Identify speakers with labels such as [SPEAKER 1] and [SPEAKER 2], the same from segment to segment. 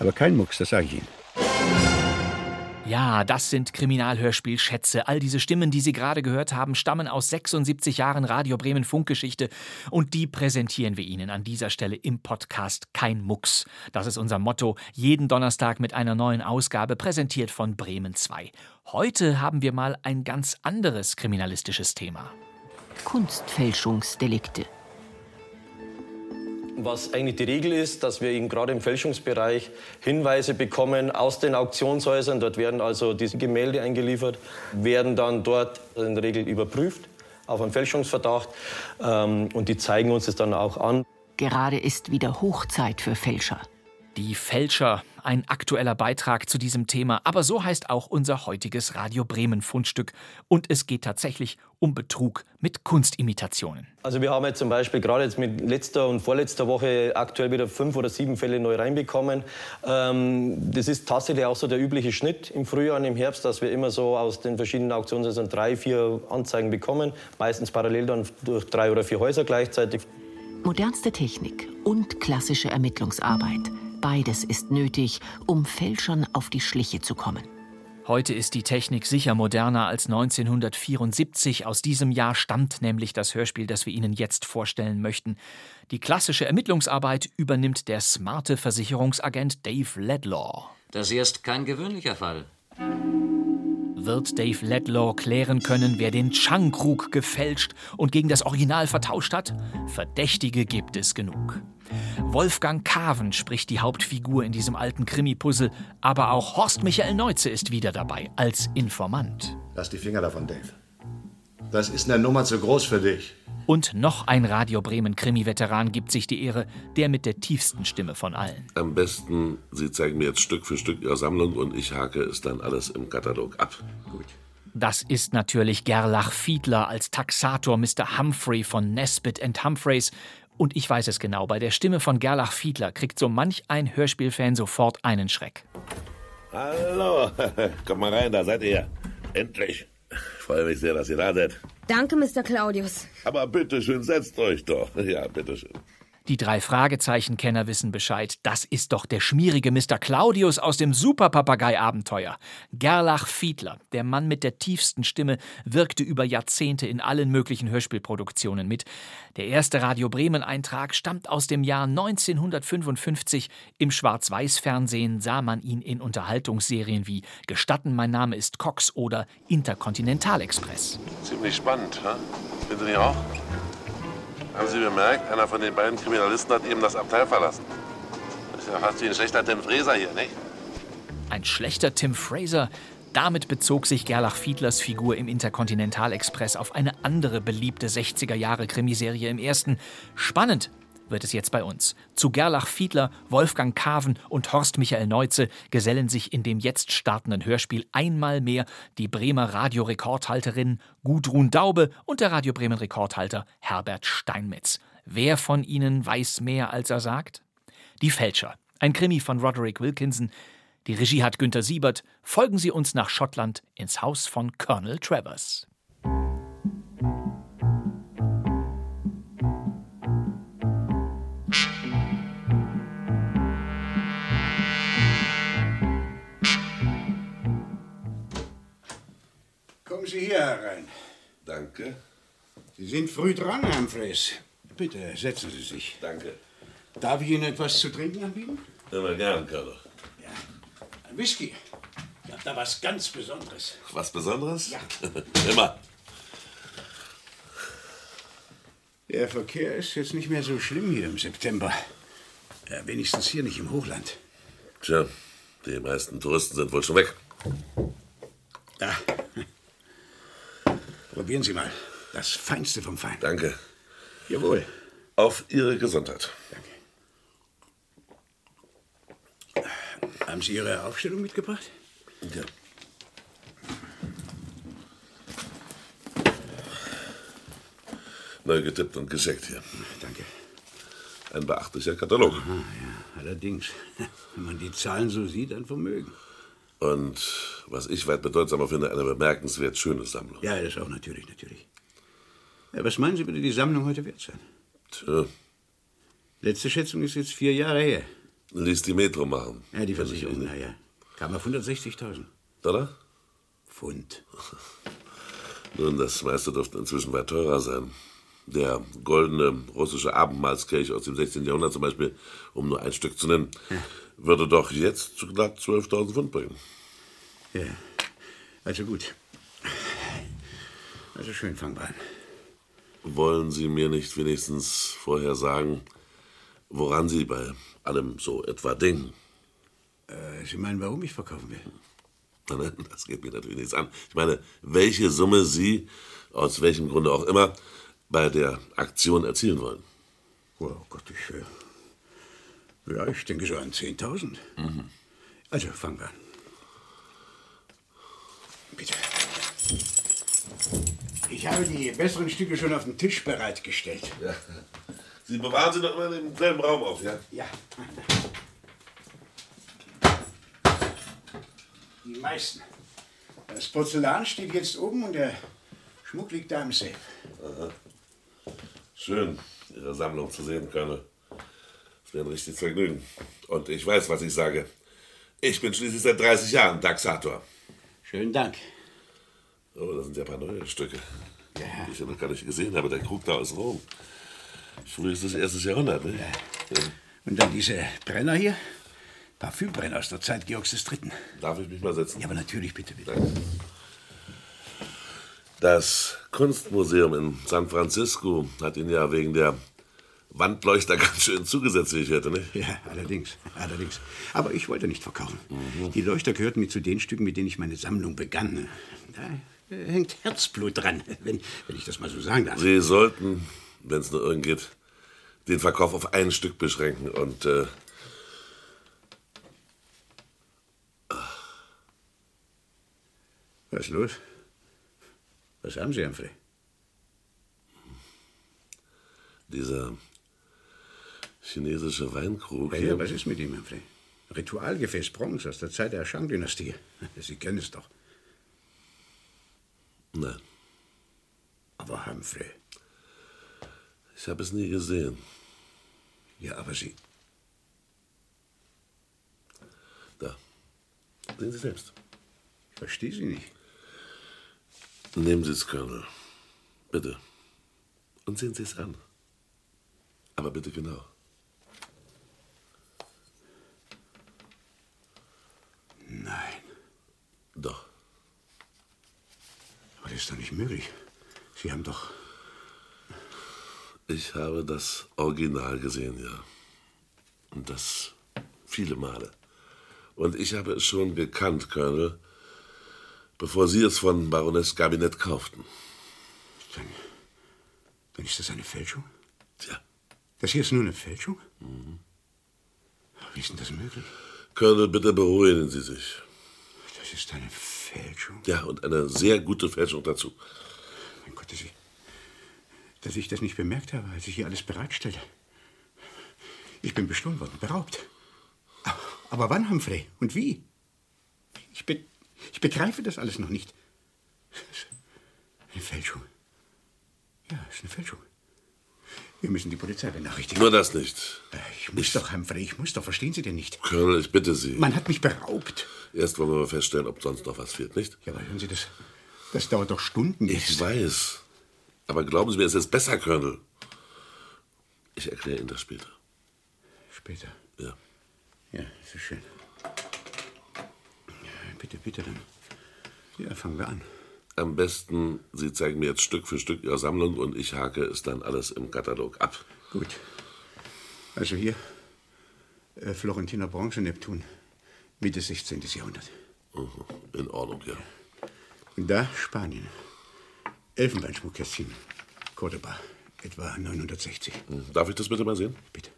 [SPEAKER 1] Aber kein Mucks, das sage ich Ihnen.
[SPEAKER 2] Ja, das sind Kriminalhörspielschätze. All diese Stimmen, die Sie gerade gehört haben, stammen aus 76 Jahren Radio Bremen Funkgeschichte und die präsentieren wir Ihnen an dieser Stelle im Podcast Kein Mucks. Das ist unser Motto, jeden Donnerstag mit einer neuen Ausgabe präsentiert von Bremen 2. Heute haben wir mal ein ganz anderes kriminalistisches Thema.
[SPEAKER 3] Kunstfälschungsdelikte.
[SPEAKER 4] Was eigentlich die Regel ist, dass wir eben gerade im Fälschungsbereich Hinweise bekommen aus den Auktionshäusern. Dort werden also diese Gemälde eingeliefert, werden dann dort in der Regel überprüft auf einen Fälschungsverdacht ähm, und die zeigen uns das dann auch an.
[SPEAKER 3] Gerade ist wieder Hochzeit für Fälscher.
[SPEAKER 2] Die Fälscher, ein aktueller Beitrag zu diesem Thema, aber so heißt auch unser heutiges Radio Bremen Fundstück. Und es geht tatsächlich um Betrug mit Kunstimitationen.
[SPEAKER 4] Also wir haben jetzt zum Beispiel gerade jetzt mit letzter und vorletzter Woche aktuell wieder fünf oder sieben Fälle neu reinbekommen. Ähm, das ist tatsächlich auch so der übliche Schnitt im Frühjahr und im Herbst, dass wir immer so aus den verschiedenen Auktionshäusern drei, vier Anzeigen bekommen, meistens parallel dann durch drei oder vier Häuser gleichzeitig.
[SPEAKER 3] Modernste Technik und klassische Ermittlungsarbeit. Beides ist nötig, um Fälschern auf die Schliche zu kommen.
[SPEAKER 2] Heute ist die Technik sicher moderner als 1974. Aus diesem Jahr stammt nämlich das Hörspiel, das wir Ihnen jetzt vorstellen möchten. Die klassische Ermittlungsarbeit übernimmt der smarte Versicherungsagent Dave Ledlaw.
[SPEAKER 5] Das hier ist kein gewöhnlicher Fall.
[SPEAKER 2] Wird Dave Ledlaw klären können, wer den Chang-Krug gefälscht und gegen das Original vertauscht hat? Verdächtige gibt es genug. Wolfgang Kaven spricht die Hauptfigur in diesem alten Krimi-Puzzle, aber auch Horst Michael Neuze ist wieder dabei als Informant.
[SPEAKER 6] Lass die Finger davon, Dave. Das ist eine Nummer zu groß für dich.
[SPEAKER 2] Und noch ein Radio Bremen Krimi-Veteran gibt sich die Ehre, der mit der tiefsten Stimme von allen.
[SPEAKER 7] Am besten, Sie zeigen mir jetzt Stück für Stück Ihre Sammlung und ich hake es dann alles im Katalog ab. Gut.
[SPEAKER 2] Das ist natürlich Gerlach Fiedler als Taxator Mr. Humphrey von Nesbitt and Humphreys. Und ich weiß es genau, bei der Stimme von Gerlach Fiedler kriegt so manch ein Hörspielfan sofort einen Schreck.
[SPEAKER 7] Hallo, kommt mal rein, da seid ihr. Endlich. Ich freue mich sehr, dass ihr da seid.
[SPEAKER 8] Danke, Mr. Claudius.
[SPEAKER 7] Aber bitteschön, setzt euch doch. Ja, bitteschön.
[SPEAKER 2] Die drei Fragezeichen-Kenner wissen Bescheid. Das ist doch der schmierige Mr. Claudius aus dem Superpapagei-Abenteuer. Gerlach Fiedler, der Mann mit der tiefsten Stimme, wirkte über Jahrzehnte in allen möglichen Hörspielproduktionen mit. Der erste Radio Bremen-Eintrag stammt aus dem Jahr 1955. Im Schwarz-Weiß-Fernsehen sah man ihn in Unterhaltungsserien wie Gestatten, mein Name ist Cox oder Interkontinentalexpress.
[SPEAKER 7] Ziemlich spannend, ne? Finden Sie nicht auch? Haben Sie bemerkt, einer von den beiden Kriminalisten hat eben das Abteil verlassen. Das ist ja fast wie ein schlechter Tim Fräser hier, nicht?
[SPEAKER 2] Ein schlechter Tim Fraser? Damit bezog sich Gerlach Fiedlers Figur im Interkontinentalexpress auf eine andere beliebte 60er-Jahre-Krimiserie im ersten. Spannend wird es jetzt bei uns. Zu Gerlach Fiedler, Wolfgang Kaven und Horst Michael Neuze gesellen sich in dem jetzt startenden Hörspiel einmal mehr die Bremer Radiorekordhalterin Gudrun Daube und der Radio Bremen Rekordhalter Herbert Steinmetz. Wer von ihnen weiß mehr, als er sagt? Die Fälscher. Ein Krimi von Roderick Wilkinson. Die Regie hat Günther Siebert. Folgen Sie uns nach Schottland ins Haus von Colonel Travers.
[SPEAKER 1] Kommen Sie hier herein.
[SPEAKER 7] Danke,
[SPEAKER 1] Sie sind früh dran, Humphreys. Bitte, setzen Sie sich.
[SPEAKER 7] danke.
[SPEAKER 1] Darf ich Ihnen etwas zu trinken anbieten?
[SPEAKER 7] Immer gern, Carlo.
[SPEAKER 1] Ein Whisky. Ich hab da was ganz Besonderes.
[SPEAKER 7] Was Besonderes? Ja. Immer.
[SPEAKER 1] Der Verkehr ist jetzt nicht mehr so schlimm hier im September. Ja, wenigstens hier nicht im Hochland.
[SPEAKER 7] Tja, die meisten Touristen sind wohl schon weg.
[SPEAKER 1] Da. Probieren Sie mal. Das Feinste vom Fein.
[SPEAKER 7] Danke.
[SPEAKER 1] Jawohl.
[SPEAKER 7] Auf Ihre Gesundheit.
[SPEAKER 1] Haben Sie Ihre Aufstellung mitgebracht? Ja.
[SPEAKER 9] Neu getippt und gesägt hier.
[SPEAKER 1] Danke.
[SPEAKER 9] Ein beachtlicher Katalog.
[SPEAKER 1] Allerdings, wenn man die Zahlen so sieht, ein Vermögen.
[SPEAKER 9] Und was ich weit bedeutsamer finde, eine bemerkenswert schöne Sammlung.
[SPEAKER 1] Ja, das auch natürlich, natürlich. Ja, was meinen Sie, würde die Sammlung heute wert sein?
[SPEAKER 9] Tja,
[SPEAKER 1] Letzte Schätzung ist jetzt vier Jahre her.
[SPEAKER 9] ließ die Metro machen.
[SPEAKER 1] Ja, die Versicherung, naja. Kam auf 160.000.
[SPEAKER 9] Dollar?
[SPEAKER 1] Pfund.
[SPEAKER 9] Nun, das meiste dürfte inzwischen weit teurer sein. Der goldene russische Abendmahlskelch aus dem 16. Jahrhundert zum Beispiel, um nur ein Stück zu nennen, würde doch jetzt zu knapp 12.000 Pfund bringen.
[SPEAKER 1] Ja, also gut. Also schön, fangen wir an.
[SPEAKER 9] Wollen Sie mir nicht wenigstens vorher sagen, woran Sie bei allem so etwa denken?
[SPEAKER 1] Äh, Sie meinen, warum ich verkaufen will?
[SPEAKER 9] Nein, nein, das geht mir natürlich nichts an. Ich meine, welche Summe Sie, aus welchem Grunde auch immer, bei der Aktion erzielen wollen.
[SPEAKER 1] Oh Gott, ich. äh, Ja, ich denke so an 10.000.
[SPEAKER 9] Mhm.
[SPEAKER 1] Also fangen wir an. Bitte. Ich habe die besseren Stücke schon auf den Tisch bereitgestellt.
[SPEAKER 9] Ja. Sie bewahren sie doch immer im selben Raum auf, ja?
[SPEAKER 1] Ja. Die meisten. Das Porzellan steht jetzt oben und der Schmuck liegt da im Safe.
[SPEAKER 9] Aha. Schön, Ihre Sammlung zu sehen, Colonel. Es wäre ein richtiges Vergnügen. Und ich weiß, was ich sage. Ich bin schließlich seit 30 Jahren Daxator.
[SPEAKER 1] Schönen Dank.
[SPEAKER 9] Oh, das sind ja ein paar neue Stücke, die ich ja noch gar nicht gesehen habe. Der Krug da aus Rom. Frühestes erstes Jahrhundert, ne?
[SPEAKER 1] Und dann diese Brenner hier. Parfümbrenner aus der Zeit Georgs III.
[SPEAKER 9] Darf ich mich mal setzen?
[SPEAKER 1] Ja, aber natürlich, bitte, bitte.
[SPEAKER 9] Das Kunstmuseum in San Francisco hat Ihnen ja wegen der Wandleuchter ganz schön zugesetzt, wie ich hörte, ne?
[SPEAKER 1] Ja, allerdings, allerdings. Aber ich wollte nicht verkaufen.
[SPEAKER 9] Mhm.
[SPEAKER 1] Die Leuchter gehörten mir zu den Stücken, mit denen ich meine Sammlung begann. Da äh, hängt Herzblut dran, wenn, wenn ich das mal so sagen darf.
[SPEAKER 9] Sie sollten, wenn es nur irgend geht, den Verkauf auf ein Stück beschränken und äh,
[SPEAKER 1] Was ist los? Was haben Sie, Humphrey?
[SPEAKER 9] dieser chinesische Weinkrug.
[SPEAKER 1] Ja, ja, was ist mit ihm, Humphrey? Ritualgefäß Bronze aus der Zeit der Shang-Dynastie. Sie kennen es doch.
[SPEAKER 9] Nein,
[SPEAKER 1] Aber Humphrey.
[SPEAKER 9] ich habe es nie gesehen.
[SPEAKER 1] Ja, aber Sie.
[SPEAKER 9] Da. Sehen Sie selbst.
[SPEAKER 1] Ich verstehe Sie nicht.
[SPEAKER 9] Nehmen Sie es, Colonel. Bitte. Und sehen Sie es an. Aber bitte genau.
[SPEAKER 1] Nein.
[SPEAKER 9] Doch.
[SPEAKER 1] Aber das ist doch nicht möglich. Sie haben doch.
[SPEAKER 9] Ich habe das Original gesehen, ja. Und das viele Male. Und ich habe es schon gekannt, Colonel, bevor Sie es von Baroness Gabinett kauften.
[SPEAKER 1] Dann ist das eine Fälschung?
[SPEAKER 9] Tja. Mhm.
[SPEAKER 1] Das hier ist nur eine Fälschung? Wie ist denn das möglich?
[SPEAKER 9] Colonel, bitte beruhigen Sie sich.
[SPEAKER 1] Das ist eine Fälschung.
[SPEAKER 9] Ja, und eine sehr gute Fälschung dazu.
[SPEAKER 1] Mein Gott, dass ich, dass ich das nicht bemerkt habe, als ich hier alles bereitstellte. Ich bin bestohlen worden, beraubt. Aber wann, Humphrey? Und wie? Ich, be ich begreife das alles noch nicht. Eine Fälschung. Ja, ist eine Fälschung. Wir müssen die Polizei benachrichtigen. Äh,
[SPEAKER 9] Nur das nicht.
[SPEAKER 1] Ich muss doch, Humphrey, ich muss doch. Verstehen Sie denn nicht?
[SPEAKER 9] Colonel, ich bitte Sie.
[SPEAKER 1] Man hat mich beraubt.
[SPEAKER 9] Erst wollen wir mal feststellen, ob sonst noch was fehlt, nicht?
[SPEAKER 1] Ja, aber hören Sie das. Das dauert doch Stunden.
[SPEAKER 9] Ich weiß. Aber glauben Sie mir, es ist besser, Colonel. Ich erkläre Ihnen das später.
[SPEAKER 1] Später.
[SPEAKER 9] Ja.
[SPEAKER 1] Ja, ist ja schön. Ja, Bitte, bitte dann. Ja, fangen wir an.
[SPEAKER 9] Am besten, Sie zeigen mir jetzt Stück für Stück Ihre Sammlung und ich hake es dann alles im Katalog ab.
[SPEAKER 1] Gut. Also hier, äh, Florentiner Bronze Neptun, Mitte 16. Jahrhundert.
[SPEAKER 9] Mhm. In Ordnung, ja.
[SPEAKER 1] Und da Spanien. Elfenbeinschmuckkästchen, Cordoba, etwa 960.
[SPEAKER 9] Mhm, Darf ich das bitte mal sehen?
[SPEAKER 1] Bitte.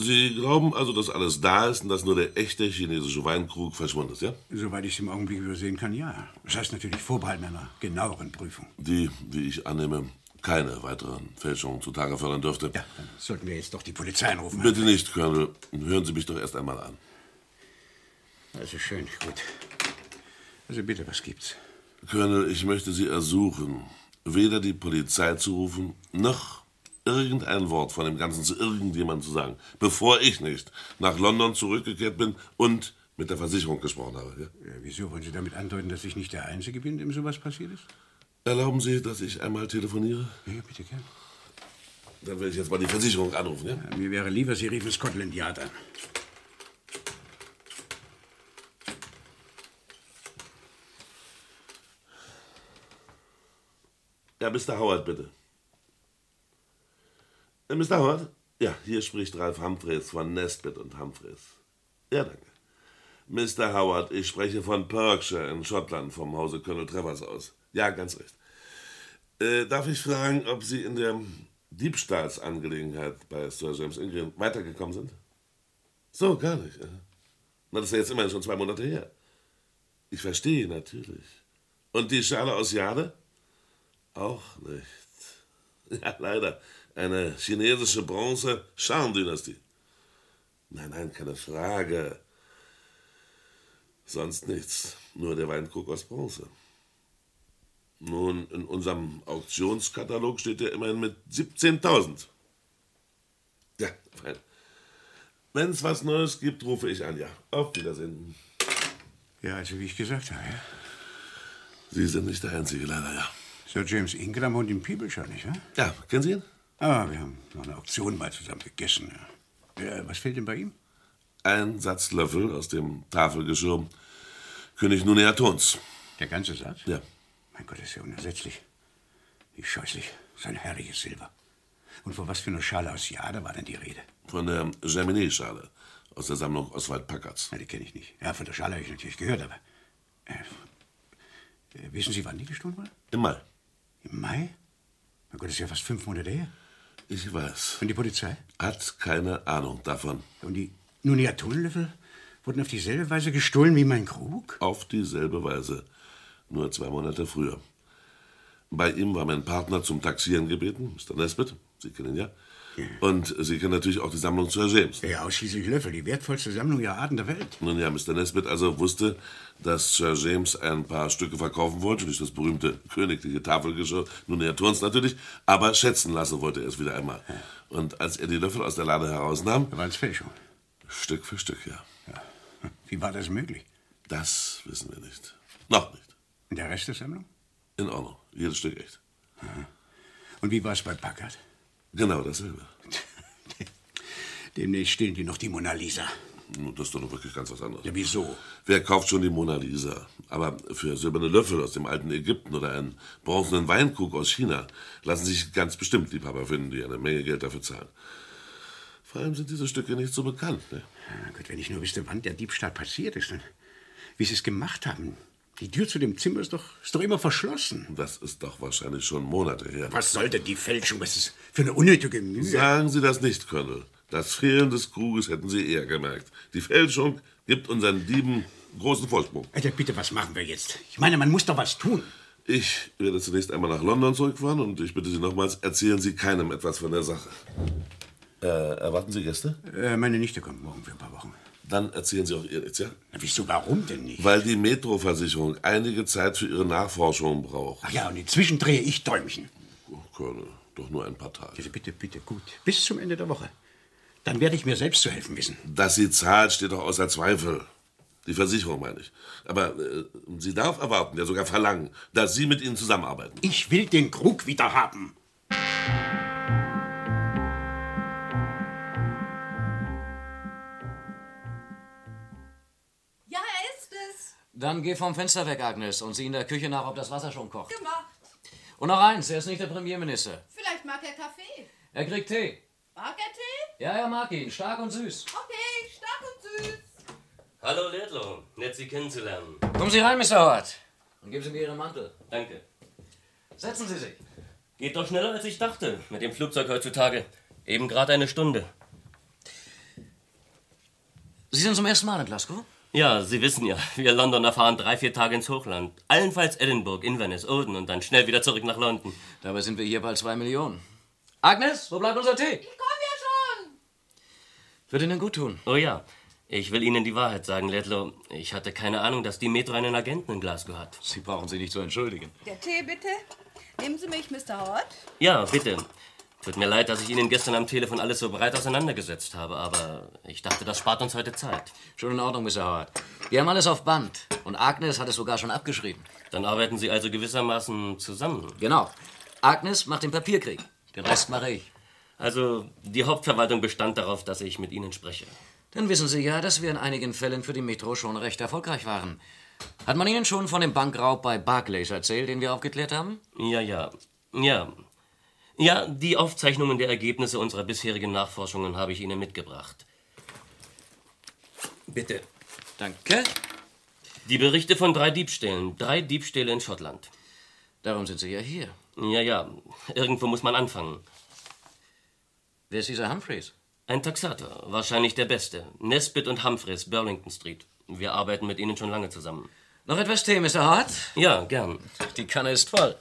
[SPEAKER 9] Sie glauben also, dass alles da ist und dass nur der echte chinesische Weinkrug verschwunden ist, ja?
[SPEAKER 1] Soweit ich es im Augenblick übersehen kann, ja. Das heißt natürlich Vorbehalt einer genaueren Prüfung.
[SPEAKER 9] Die, wie ich annehme, keine weiteren Fälschungen zutage fördern dürfte. Ja,
[SPEAKER 1] Sollten wir jetzt doch die Polizei anrufen.
[SPEAKER 9] Bitte nicht, Colonel. Hören Sie mich doch erst einmal an.
[SPEAKER 1] Also schön, gut. Also bitte, was gibt's?
[SPEAKER 9] Colonel, ich möchte Sie ersuchen, weder die Polizei zu rufen, noch irgendein Wort von dem Ganzen zu irgendjemandem zu sagen, bevor ich nicht nach London zurückgekehrt bin und mit der Versicherung gesprochen habe. Ja?
[SPEAKER 1] Ja, wieso wollen Sie damit andeuten, dass ich nicht der Einzige bin, dem sowas passiert ist?
[SPEAKER 9] Erlauben Sie, dass ich einmal telefoniere?
[SPEAKER 1] Ja, bitte gern.
[SPEAKER 9] Dann will ich jetzt mal die Versicherung anrufen, ja?
[SPEAKER 1] mir wäre lieber, Sie riefen Scotland Yard an.
[SPEAKER 9] Ja, Mr. Howard, bitte. Äh, Mr. Howard? Ja, hier spricht Ralf Humphreys von Nesbitt und Humphreys. Ja, danke. Mr. Howard, ich spreche von Berkshire in Schottland vom Hause Colonel Travers aus. Ja, ganz recht. Äh, darf ich fragen, ob Sie in der Diebstahlsangelegenheit bei Sir James Ingram weitergekommen sind? So, gar nicht. ja. Na, das ist ja jetzt immerhin schon zwei Monate her. Ich verstehe, natürlich. Und die Schale aus Jade? Auch nicht. Ja, leider. Eine chinesische bronze shang dynastie Nein, nein, keine Frage. Sonst nichts. Nur der Weinkrug aus Bronze. Nun, in unserem Auktionskatalog steht er immerhin mit 17.000. Ja, fein. Wenn es was Neues gibt, rufe ich an, ja. Auf Wiedersehen.
[SPEAKER 1] Ja, also wie ich gesagt habe. Ja.
[SPEAKER 9] Sie sind nicht der Einzige, leider, ja.
[SPEAKER 1] Sir James Ingram und in Peebleshaw, nicht wahr?
[SPEAKER 9] Ja, kennen Sie ihn?
[SPEAKER 1] Ah, wir haben noch eine Auktion mal zusammen gegessen. Ja. Äh, was fehlt denn bei ihm?
[SPEAKER 9] Ein Satz Löffel aus dem Tafelgeschirr. König Nuneatons.
[SPEAKER 1] Der ganze Satz?
[SPEAKER 9] Ja.
[SPEAKER 1] Mein Gott, das ist ja unersetzlich. Wie scheußlich. Sein herrliches Silber. Und von was für einer Schale aus Jade war denn die Rede?
[SPEAKER 9] Von der Germinet-Schale aus der Sammlung Oswald Packards.
[SPEAKER 1] die kenne ich nicht. Ja, von der Schale habe ich natürlich gehört, aber. Äh, äh, wissen Sie, wann die gestohlen wurde?
[SPEAKER 9] Im Mai.
[SPEAKER 1] Im Mai? Mein Gott, das ist ja fast fünf Monate her.
[SPEAKER 9] Ich weiß.
[SPEAKER 1] Und die Polizei?
[SPEAKER 9] Hat keine Ahnung davon.
[SPEAKER 1] Und die Nun, die Atomlöffel wurden auf dieselbe Weise gestohlen wie mein Krug?
[SPEAKER 9] Auf dieselbe Weise. Nur zwei Monate früher. Bei ihm war mein Partner zum Taxieren gebeten, Mr. Nesbitt. Sie kennen ihn ja. Und Sie kennen natürlich auch die Sammlung Sir James.
[SPEAKER 1] Ja, ausschließlich Löffel, die wertvollste Sammlung ihrer Arten der Welt.
[SPEAKER 9] Nun ja, Mr. Nesbitt also wusste, dass Sir James ein paar Stücke verkaufen wollte, nicht das berühmte königliche Tafelgeschirr, nun er Turns natürlich, aber schätzen lassen wollte er es wieder einmal. Und als er die Löffel aus der Lade herausnahm...
[SPEAKER 1] War es Fälschung?
[SPEAKER 9] Stück für Stück, ja.
[SPEAKER 1] Wie war das möglich?
[SPEAKER 9] Das wissen wir nicht. Noch nicht.
[SPEAKER 1] Und der Rest der Sammlung?
[SPEAKER 9] In Ordnung. Jedes Stück echt.
[SPEAKER 1] Und wie war es bei Packard?
[SPEAKER 9] Genau dasselbe.
[SPEAKER 1] Demnächst stehlen die noch die Mona Lisa.
[SPEAKER 9] Nun, Das ist doch nun wirklich ganz was anderes.
[SPEAKER 1] Ja, wieso?
[SPEAKER 9] Wer kauft schon die Mona Lisa? Aber für silberne Löffel aus dem alten Ägypten oder einen bronzenen Weinkrug aus China lassen sich ganz bestimmt Liebhaber finden, die eine Menge Geld dafür zahlen. Vor allem sind diese Stücke nicht so bekannt. Ne?
[SPEAKER 1] Ja, Gott, Ah, wenn ich nur wüsste, wann der Diebstahl passiert ist und wie sie es gemacht haben. Die Tür zu dem Zimmer ist doch, ist doch immer verschlossen.
[SPEAKER 9] Das ist doch wahrscheinlich schon Monate her.
[SPEAKER 1] Was soll denn die Fälschung? Was ist für eine unnötige Mühe?
[SPEAKER 9] Sagen Sie das nicht, Colonel. Das Fehlen des Kruges hätten Sie eher gemerkt. Die Fälschung gibt unseren Dieben großen Vorsprung.
[SPEAKER 1] Alter, bitte, was machen wir jetzt? Ich meine, man muss doch was tun.
[SPEAKER 9] Ich werde zunächst einmal nach London zurückfahren und ich bitte Sie nochmals, erzählen Sie keinem etwas von der Sache. Äh, erwarten Sie Gäste?
[SPEAKER 1] Äh, meine Nichte kommt morgen für ein paar Wochen.
[SPEAKER 9] Dann erzählen Sie auch ihr nichts, ja?
[SPEAKER 1] Na, wieso, warum denn nicht?
[SPEAKER 9] Weil die Metro-Versicherung einige Zeit für ihre Nachforschungen braucht.
[SPEAKER 1] Ach ja, und inzwischen drehe ich Däumchen.
[SPEAKER 9] Oh, Colonel, doch nur ein paar Tage.
[SPEAKER 1] Bitte, bitte, bitte, gut. Bis zum Ende der Woche. Dann werde ich mir selbst zu helfen wissen.
[SPEAKER 9] Dass sie zahlt, steht doch außer Zweifel. Die Versicherung, meine ich. Aber äh, sie darf erwarten, ja sogar verlangen, dass Sie mit ihnen zusammenarbeiten.
[SPEAKER 1] Ich will den Krug wieder haben.
[SPEAKER 10] Ja, er ist es.
[SPEAKER 5] Dann geh vom Fenster weg, Agnes, und sieh in der Küche nach, ob das Wasser schon kocht.
[SPEAKER 10] Gemacht.
[SPEAKER 5] Und noch eins, er ist nicht der Premierminister.
[SPEAKER 10] Vielleicht mag er Kaffee.
[SPEAKER 5] Er kriegt Tee.
[SPEAKER 10] Mag er Tee?
[SPEAKER 5] Ja, er mag ihn, stark und süß.
[SPEAKER 10] Okay, stark und süß.
[SPEAKER 11] Hallo Ledlow, nett Sie kennenzulernen.
[SPEAKER 5] Kommen Sie rein, Mr. Howard. Und geben Sie mir Ihren Mantel.
[SPEAKER 11] Danke.
[SPEAKER 5] Setzen Sie sich.
[SPEAKER 11] Geht doch schneller als ich dachte mit dem Flugzeug heutzutage. Eben gerade eine Stunde.
[SPEAKER 5] Sie sind zum ersten Mal in Glasgow?
[SPEAKER 11] Ja, Sie wissen ja, wir Londoner fahren drei, vier Tage ins Hochland. Allenfalls Edinburgh, Inverness, Oden und dann schnell wieder zurück nach London.
[SPEAKER 5] Dabei sind wir hier bei zwei Millionen. Agnes, wo bleibt unser Tee?
[SPEAKER 10] Ich komme ja schon.
[SPEAKER 5] Würde Ihnen gut tun.
[SPEAKER 11] Oh ja, ich will Ihnen die Wahrheit sagen, Ledlow. Ich hatte keine Ahnung, dass die Metro einen Agenten in Glasgow hat.
[SPEAKER 5] Sie brauchen sich nicht zu entschuldigen.
[SPEAKER 10] Der Tee bitte. Nehmen Sie mich, Mr. Hort.
[SPEAKER 11] Ja, bitte. Tut mir leid, dass ich Ihnen gestern am Telefon alles so breit auseinandergesetzt habe, aber ich dachte, das spart uns heute Zeit.
[SPEAKER 5] Schon in Ordnung, Mr. Howard. Wir haben alles auf Band. Und Agnes hat es sogar schon abgeschrieben.
[SPEAKER 11] Dann arbeiten Sie also gewissermaßen zusammen.
[SPEAKER 5] Genau. Agnes macht den Papierkrieg. Den Rest mache ich.
[SPEAKER 11] Also, die Hauptverwaltung bestand darauf, dass ich mit Ihnen spreche.
[SPEAKER 5] Dann wissen Sie ja, dass wir in einigen Fällen für die Metro schon recht erfolgreich waren. Hat man Ihnen schon von dem Bankraub bei Barclays erzählt, den wir aufgeklärt haben?
[SPEAKER 11] Ja, ja. Ja. Ja, die Aufzeichnungen der Ergebnisse unserer bisherigen Nachforschungen habe ich Ihnen mitgebracht. Bitte.
[SPEAKER 5] Danke.
[SPEAKER 11] Die Berichte von drei Diebstählen. Drei Diebstähle in Schottland.
[SPEAKER 5] Darum sind Sie ja hier.
[SPEAKER 11] Ja, ja. Irgendwo muss man anfangen.
[SPEAKER 5] Wer ist dieser Humphreys?
[SPEAKER 11] Ein Taxator. Wahrscheinlich der Beste. Nesbitt und Humphreys, Burlington Street. Wir arbeiten mit Ihnen schon lange zusammen.
[SPEAKER 5] Noch etwas Tee, Mr. Hart?
[SPEAKER 11] Ja, gern.
[SPEAKER 5] Die Kanne ist voll.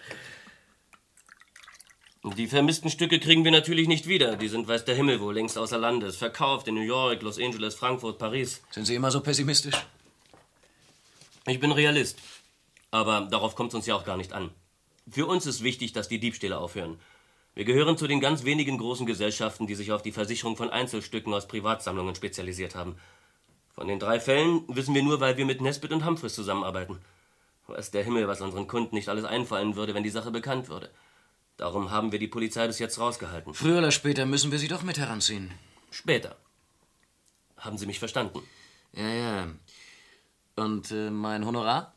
[SPEAKER 11] Die vermissten Stücke kriegen wir natürlich nicht wieder. Die sind weiß der Himmel wo, längst außer Landes. Verkauft in New York, Los Angeles, Frankfurt, Paris.
[SPEAKER 5] Sind Sie immer so pessimistisch?
[SPEAKER 11] Ich bin Realist. Aber darauf kommt es uns ja auch gar nicht an. Für uns ist wichtig, dass die Diebstähle aufhören. Wir gehören zu den ganz wenigen großen Gesellschaften, die sich auf die Versicherung von Einzelstücken aus Privatsammlungen spezialisiert haben. Von den drei Fällen wissen wir nur, weil wir mit Nesbitt und Humphreys zusammenarbeiten. Weiß der Himmel, was unseren Kunden nicht alles einfallen würde, wenn die Sache bekannt würde. Darum haben wir die Polizei bis jetzt rausgehalten.
[SPEAKER 5] Früher oder später müssen wir sie doch mit heranziehen.
[SPEAKER 11] Später. Haben Sie mich verstanden?
[SPEAKER 5] Ja, ja. Und äh, mein Honorar?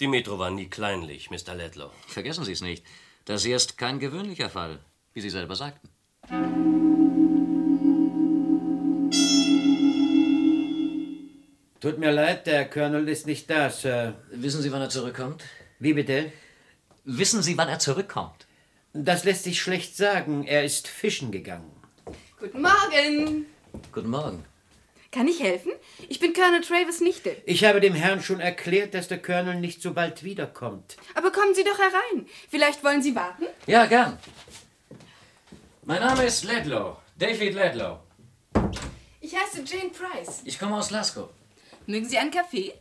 [SPEAKER 11] Die Metro war nie kleinlich, Mr. Ledlow.
[SPEAKER 5] Vergessen Sie es nicht. Das hier ist kein gewöhnlicher Fall, wie Sie selber sagten.
[SPEAKER 12] Tut mir leid, der Colonel ist nicht da, Sir.
[SPEAKER 5] Wissen Sie, wann er zurückkommt?
[SPEAKER 12] Wie bitte?
[SPEAKER 5] Wissen Sie, wann er zurückkommt?
[SPEAKER 12] Das lässt sich schlecht sagen. Er ist fischen gegangen.
[SPEAKER 8] Guten Morgen.
[SPEAKER 5] Guten Morgen.
[SPEAKER 8] Kann ich helfen? Ich bin Colonel Travis Nichte.
[SPEAKER 12] Ich habe dem Herrn schon erklärt, dass der Colonel nicht so bald wiederkommt.
[SPEAKER 8] Aber kommen Sie doch herein. Vielleicht wollen Sie warten?
[SPEAKER 5] Ja, gern. Mein Name ist Ledlow. David Ledlow.
[SPEAKER 8] Ich heiße Jane Price.
[SPEAKER 5] Ich komme aus Glasgow.
[SPEAKER 8] Mögen Sie einen Kaffee?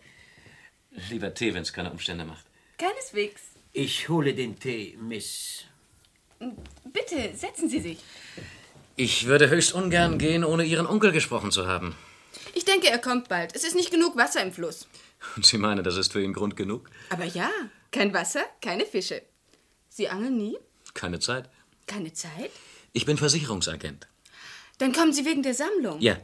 [SPEAKER 5] Lieber Tee, wenn es keine Umstände macht.
[SPEAKER 8] Keineswegs.
[SPEAKER 12] Ich hole den Tee, Miss.
[SPEAKER 8] Bitte, setzen Sie sich.
[SPEAKER 5] Ich würde höchst ungern gehen, ohne Ihren Onkel gesprochen zu haben.
[SPEAKER 8] Ich denke, er kommt bald. Es ist nicht genug Wasser im Fluss.
[SPEAKER 5] Und Sie meinen, das ist für ihn Grund genug?
[SPEAKER 8] Aber ja, kein Wasser, keine Fische. Sie angeln nie?
[SPEAKER 5] Keine Zeit.
[SPEAKER 8] Keine Zeit?
[SPEAKER 5] Ich bin Versicherungsagent.
[SPEAKER 8] Dann kommen Sie wegen der Sammlung.
[SPEAKER 5] Ja.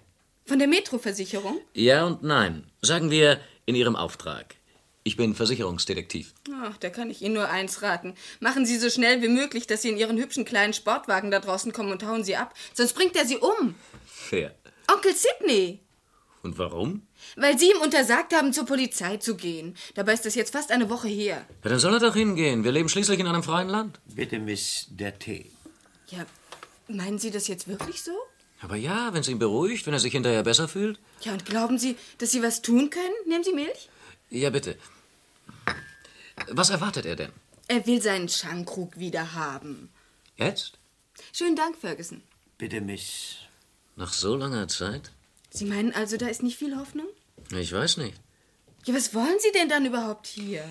[SPEAKER 8] Von der Metroversicherung?
[SPEAKER 5] Ja und nein. Sagen wir in Ihrem Auftrag. Ich bin Versicherungsdetektiv.
[SPEAKER 8] Ach, da kann ich Ihnen nur eins raten. Machen Sie so schnell wie möglich, dass Sie in Ihren hübschen kleinen Sportwagen da draußen kommen und hauen Sie ab. Sonst bringt er Sie um.
[SPEAKER 5] Fair.
[SPEAKER 8] Onkel Sidney.
[SPEAKER 5] Und warum?
[SPEAKER 8] Weil Sie ihm untersagt haben, zur Polizei zu gehen. Dabei ist das jetzt fast eine Woche her.
[SPEAKER 5] Ja, dann soll er doch hingehen. Wir leben schließlich in einem freien Land.
[SPEAKER 12] Bitte, Miss, der Tee.
[SPEAKER 8] Ja, meinen Sie das jetzt wirklich so?
[SPEAKER 5] Aber ja, wenn es ihn beruhigt, wenn er sich hinterher besser fühlt.
[SPEAKER 8] Ja, und glauben Sie, dass Sie was tun können? Nehmen Sie Milch?
[SPEAKER 5] Ja, bitte. Was erwartet er denn?
[SPEAKER 8] Er will seinen Schankrug wieder haben.
[SPEAKER 5] Jetzt?
[SPEAKER 8] Schönen Dank, Ferguson.
[SPEAKER 12] Bitte, Miss.
[SPEAKER 5] Nach so langer Zeit?
[SPEAKER 8] Sie meinen also, da ist nicht viel Hoffnung?
[SPEAKER 5] Ich weiß nicht.
[SPEAKER 8] Ja, was wollen Sie denn dann überhaupt hier?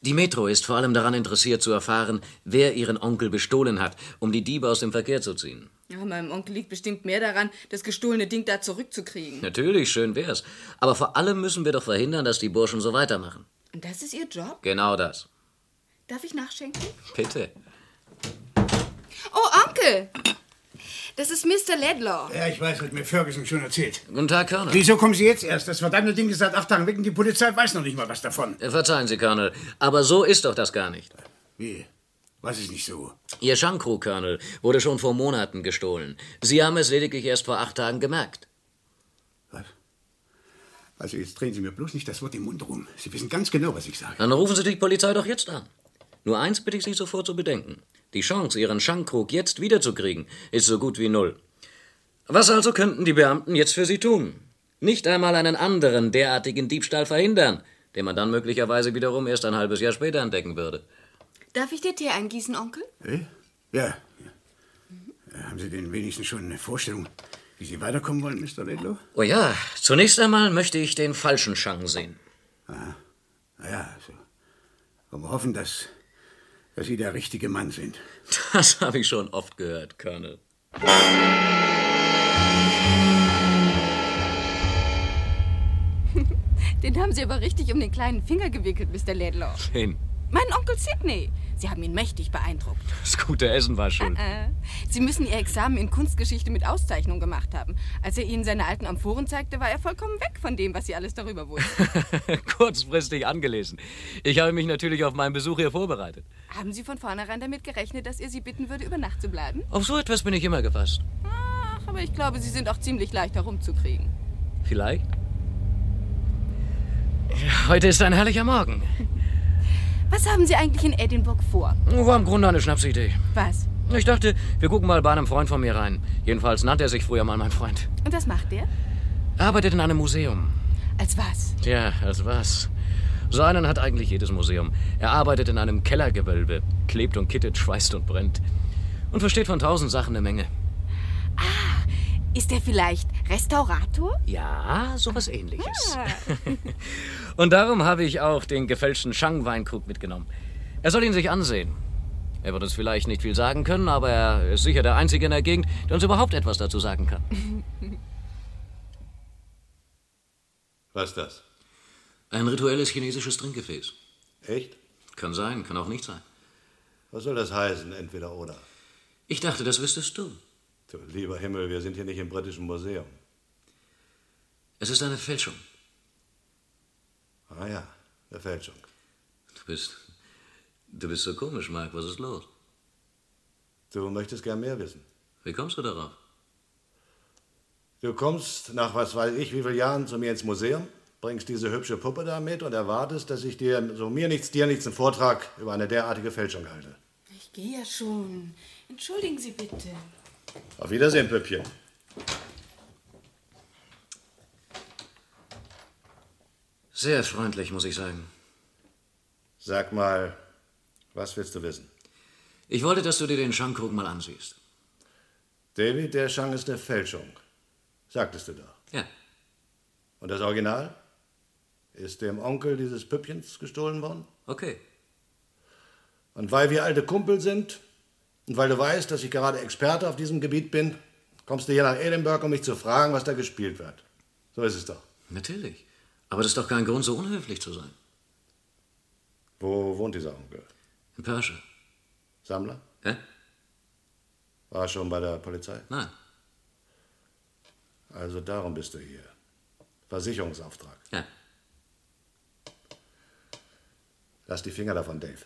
[SPEAKER 5] Die Metro ist vor allem daran interessiert zu erfahren, wer ihren Onkel bestohlen hat, um die Diebe aus dem Verkehr zu ziehen.
[SPEAKER 8] Ja, meinem Onkel liegt bestimmt mehr daran, das gestohlene Ding da zurückzukriegen.
[SPEAKER 5] Natürlich, schön wär's. Aber vor allem müssen wir doch verhindern, dass die Burschen so weitermachen.
[SPEAKER 8] Und das ist Ihr Job?
[SPEAKER 5] Genau das.
[SPEAKER 8] Darf ich nachschenken?
[SPEAKER 5] Bitte.
[SPEAKER 8] Oh, Onkel! Das ist Mr. Ledlaw.
[SPEAKER 1] Ja, ich weiß, hat mir Ferguson schon erzählt.
[SPEAKER 5] Guten Tag, Colonel.
[SPEAKER 1] Wieso kommen Sie jetzt erst? Das verdammte Ding ist seit acht Tagen weg und die Polizei weiß noch nicht mal was davon.
[SPEAKER 5] Äh, Verzeihen Sie, Colonel, aber so ist doch das gar nicht.
[SPEAKER 1] Wie? Was ist nicht so?
[SPEAKER 5] Ihr Schankru, Colonel, wurde schon vor Monaten gestohlen. Sie haben es lediglich erst vor acht Tagen gemerkt.
[SPEAKER 1] Was? Also jetzt drehen Sie mir bloß nicht das Wort im Mund rum. Sie wissen ganz genau, was ich sage.
[SPEAKER 5] Dann rufen Sie die Polizei doch jetzt an. Nur eins bitte ich Sie sofort zu bedenken. Die Chance, Ihren Schankkrug jetzt wiederzukriegen, ist so gut wie null. Was also könnten die Beamten jetzt für Sie tun? Nicht einmal einen anderen derartigen Diebstahl verhindern, den man dann möglicherweise wiederum erst ein halbes Jahr später entdecken würde.
[SPEAKER 8] Darf ich dir Tee eingießen, Onkel?
[SPEAKER 1] Äh? Ja. Äh, Haben Sie denn wenigstens schon eine Vorstellung, wie Sie weiterkommen wollen, Mr. Redlow?
[SPEAKER 5] Oh ja, zunächst einmal möchte ich den falschen Schang sehen.
[SPEAKER 1] Aha. Naja, Ah. also. Wollen wir hoffen, dass, dass Sie der richtige Mann sind.
[SPEAKER 5] Das habe ich schon oft gehört, Colonel.
[SPEAKER 8] Den haben Sie aber richtig um den kleinen Finger gewickelt, Mr. Ledlow.
[SPEAKER 5] Wen?
[SPEAKER 8] Mein Onkel Sidney. Sie haben ihn mächtig beeindruckt.
[SPEAKER 5] Das gute Essen war schuld.
[SPEAKER 8] Äh, Sie müssen Ihr Examen in Kunstgeschichte mit Auszeichnung gemacht haben. Als er Ihnen seine alten Amphoren zeigte, war er vollkommen weg von dem, was Sie alles darüber wussten.
[SPEAKER 5] Kurzfristig angelesen. Ich habe mich natürlich auf meinen Besuch hier vorbereitet.
[SPEAKER 8] haben Sie von vornherein damit gerechnet, dass er Sie bitten würde, über Nacht zu bleiben?
[SPEAKER 5] Auf so etwas bin ich immer gefasst.
[SPEAKER 8] Ach, aber ich glaube, Sie sind auch ziemlich leicht herumzukriegen.
[SPEAKER 5] Vielleicht? Heute ist ein herrlicher Morgen.
[SPEAKER 8] Was haben Sie eigentlich in Edinburgh vor?
[SPEAKER 5] War im Grunde eine Schnapsidee.
[SPEAKER 8] Was?
[SPEAKER 5] Ich dachte, wir gucken mal bei einem Freund von mir rein. Jedenfalls nannte er sich früher mal mein Freund.
[SPEAKER 8] Und was macht er?
[SPEAKER 5] Er arbeitet in einem Museum.
[SPEAKER 8] Als was?
[SPEAKER 5] Tja, als was? So einen hat eigentlich jedes Museum. Er arbeitet in einem Kellergewölbe, klebt und kittet, schweißt und brennt. Und versteht von tausend Sachen eine Menge.
[SPEAKER 8] Ist er vielleicht Restaurator?
[SPEAKER 5] Ja, sowas ähnliches. Und darum habe ich auch den gefälschten Shang-Weinkrug mitgenommen. Er soll ihn sich ansehen. Er wird uns vielleicht nicht viel sagen können, aber er ist sicher der Einzige in der Gegend, der uns überhaupt etwas dazu sagen kann.
[SPEAKER 9] Was ist das?
[SPEAKER 5] Ein rituelles chinesisches Trinkgefäß.
[SPEAKER 13] Echt?
[SPEAKER 5] Kann sein, kann auch nicht sein.
[SPEAKER 13] Was soll das heißen, entweder oder?
[SPEAKER 5] Ich dachte, das wüsstest du.
[SPEAKER 13] Du lieber Himmel, wir sind hier nicht im Britischen Museum.
[SPEAKER 5] Es ist eine Fälschung.
[SPEAKER 13] Ah ja, eine Fälschung.
[SPEAKER 5] Du bist. Du bist so komisch, Mark. Was ist los?
[SPEAKER 13] Du möchtest gern mehr wissen.
[SPEAKER 5] Wie kommst du darauf?
[SPEAKER 13] Du kommst nach was weiß ich wie vielen Jahren zu mir ins Museum, bringst diese hübsche Puppe da mit und erwartest, dass ich dir, so mir nichts, dir nichts, einen Vortrag über eine derartige Fälschung halte.
[SPEAKER 8] Ich gehe ja schon. Entschuldigen Sie bitte.
[SPEAKER 13] Auf Wiedersehen, Püppchen.
[SPEAKER 5] Sehr freundlich, muss ich sagen.
[SPEAKER 13] Sag mal, was willst du wissen?
[SPEAKER 5] Ich wollte, dass du dir den Schankkrug mal ansiehst.
[SPEAKER 13] David, der Schang ist eine Fälschung. Sagtest du doch.
[SPEAKER 5] Ja.
[SPEAKER 13] Und das Original? Ist dem Onkel dieses Püppchens gestohlen worden?
[SPEAKER 5] Okay.
[SPEAKER 13] Und weil wir alte Kumpel sind und weil du weißt, dass ich gerade Experte auf diesem Gebiet bin, kommst du hier nach Edinburgh, um mich zu fragen, was da gespielt wird. So ist es doch.
[SPEAKER 5] Natürlich. Aber das ist doch kein Grund, so unhöflich zu sein.
[SPEAKER 13] Wo wohnt dieser Onkel?
[SPEAKER 5] In Persche.
[SPEAKER 13] Sammler?
[SPEAKER 5] Hä?
[SPEAKER 13] War er schon bei der Polizei?
[SPEAKER 5] Nein.
[SPEAKER 13] Also darum bist du hier. Versicherungsauftrag.
[SPEAKER 5] Ja.
[SPEAKER 13] Lass die Finger davon, Dave.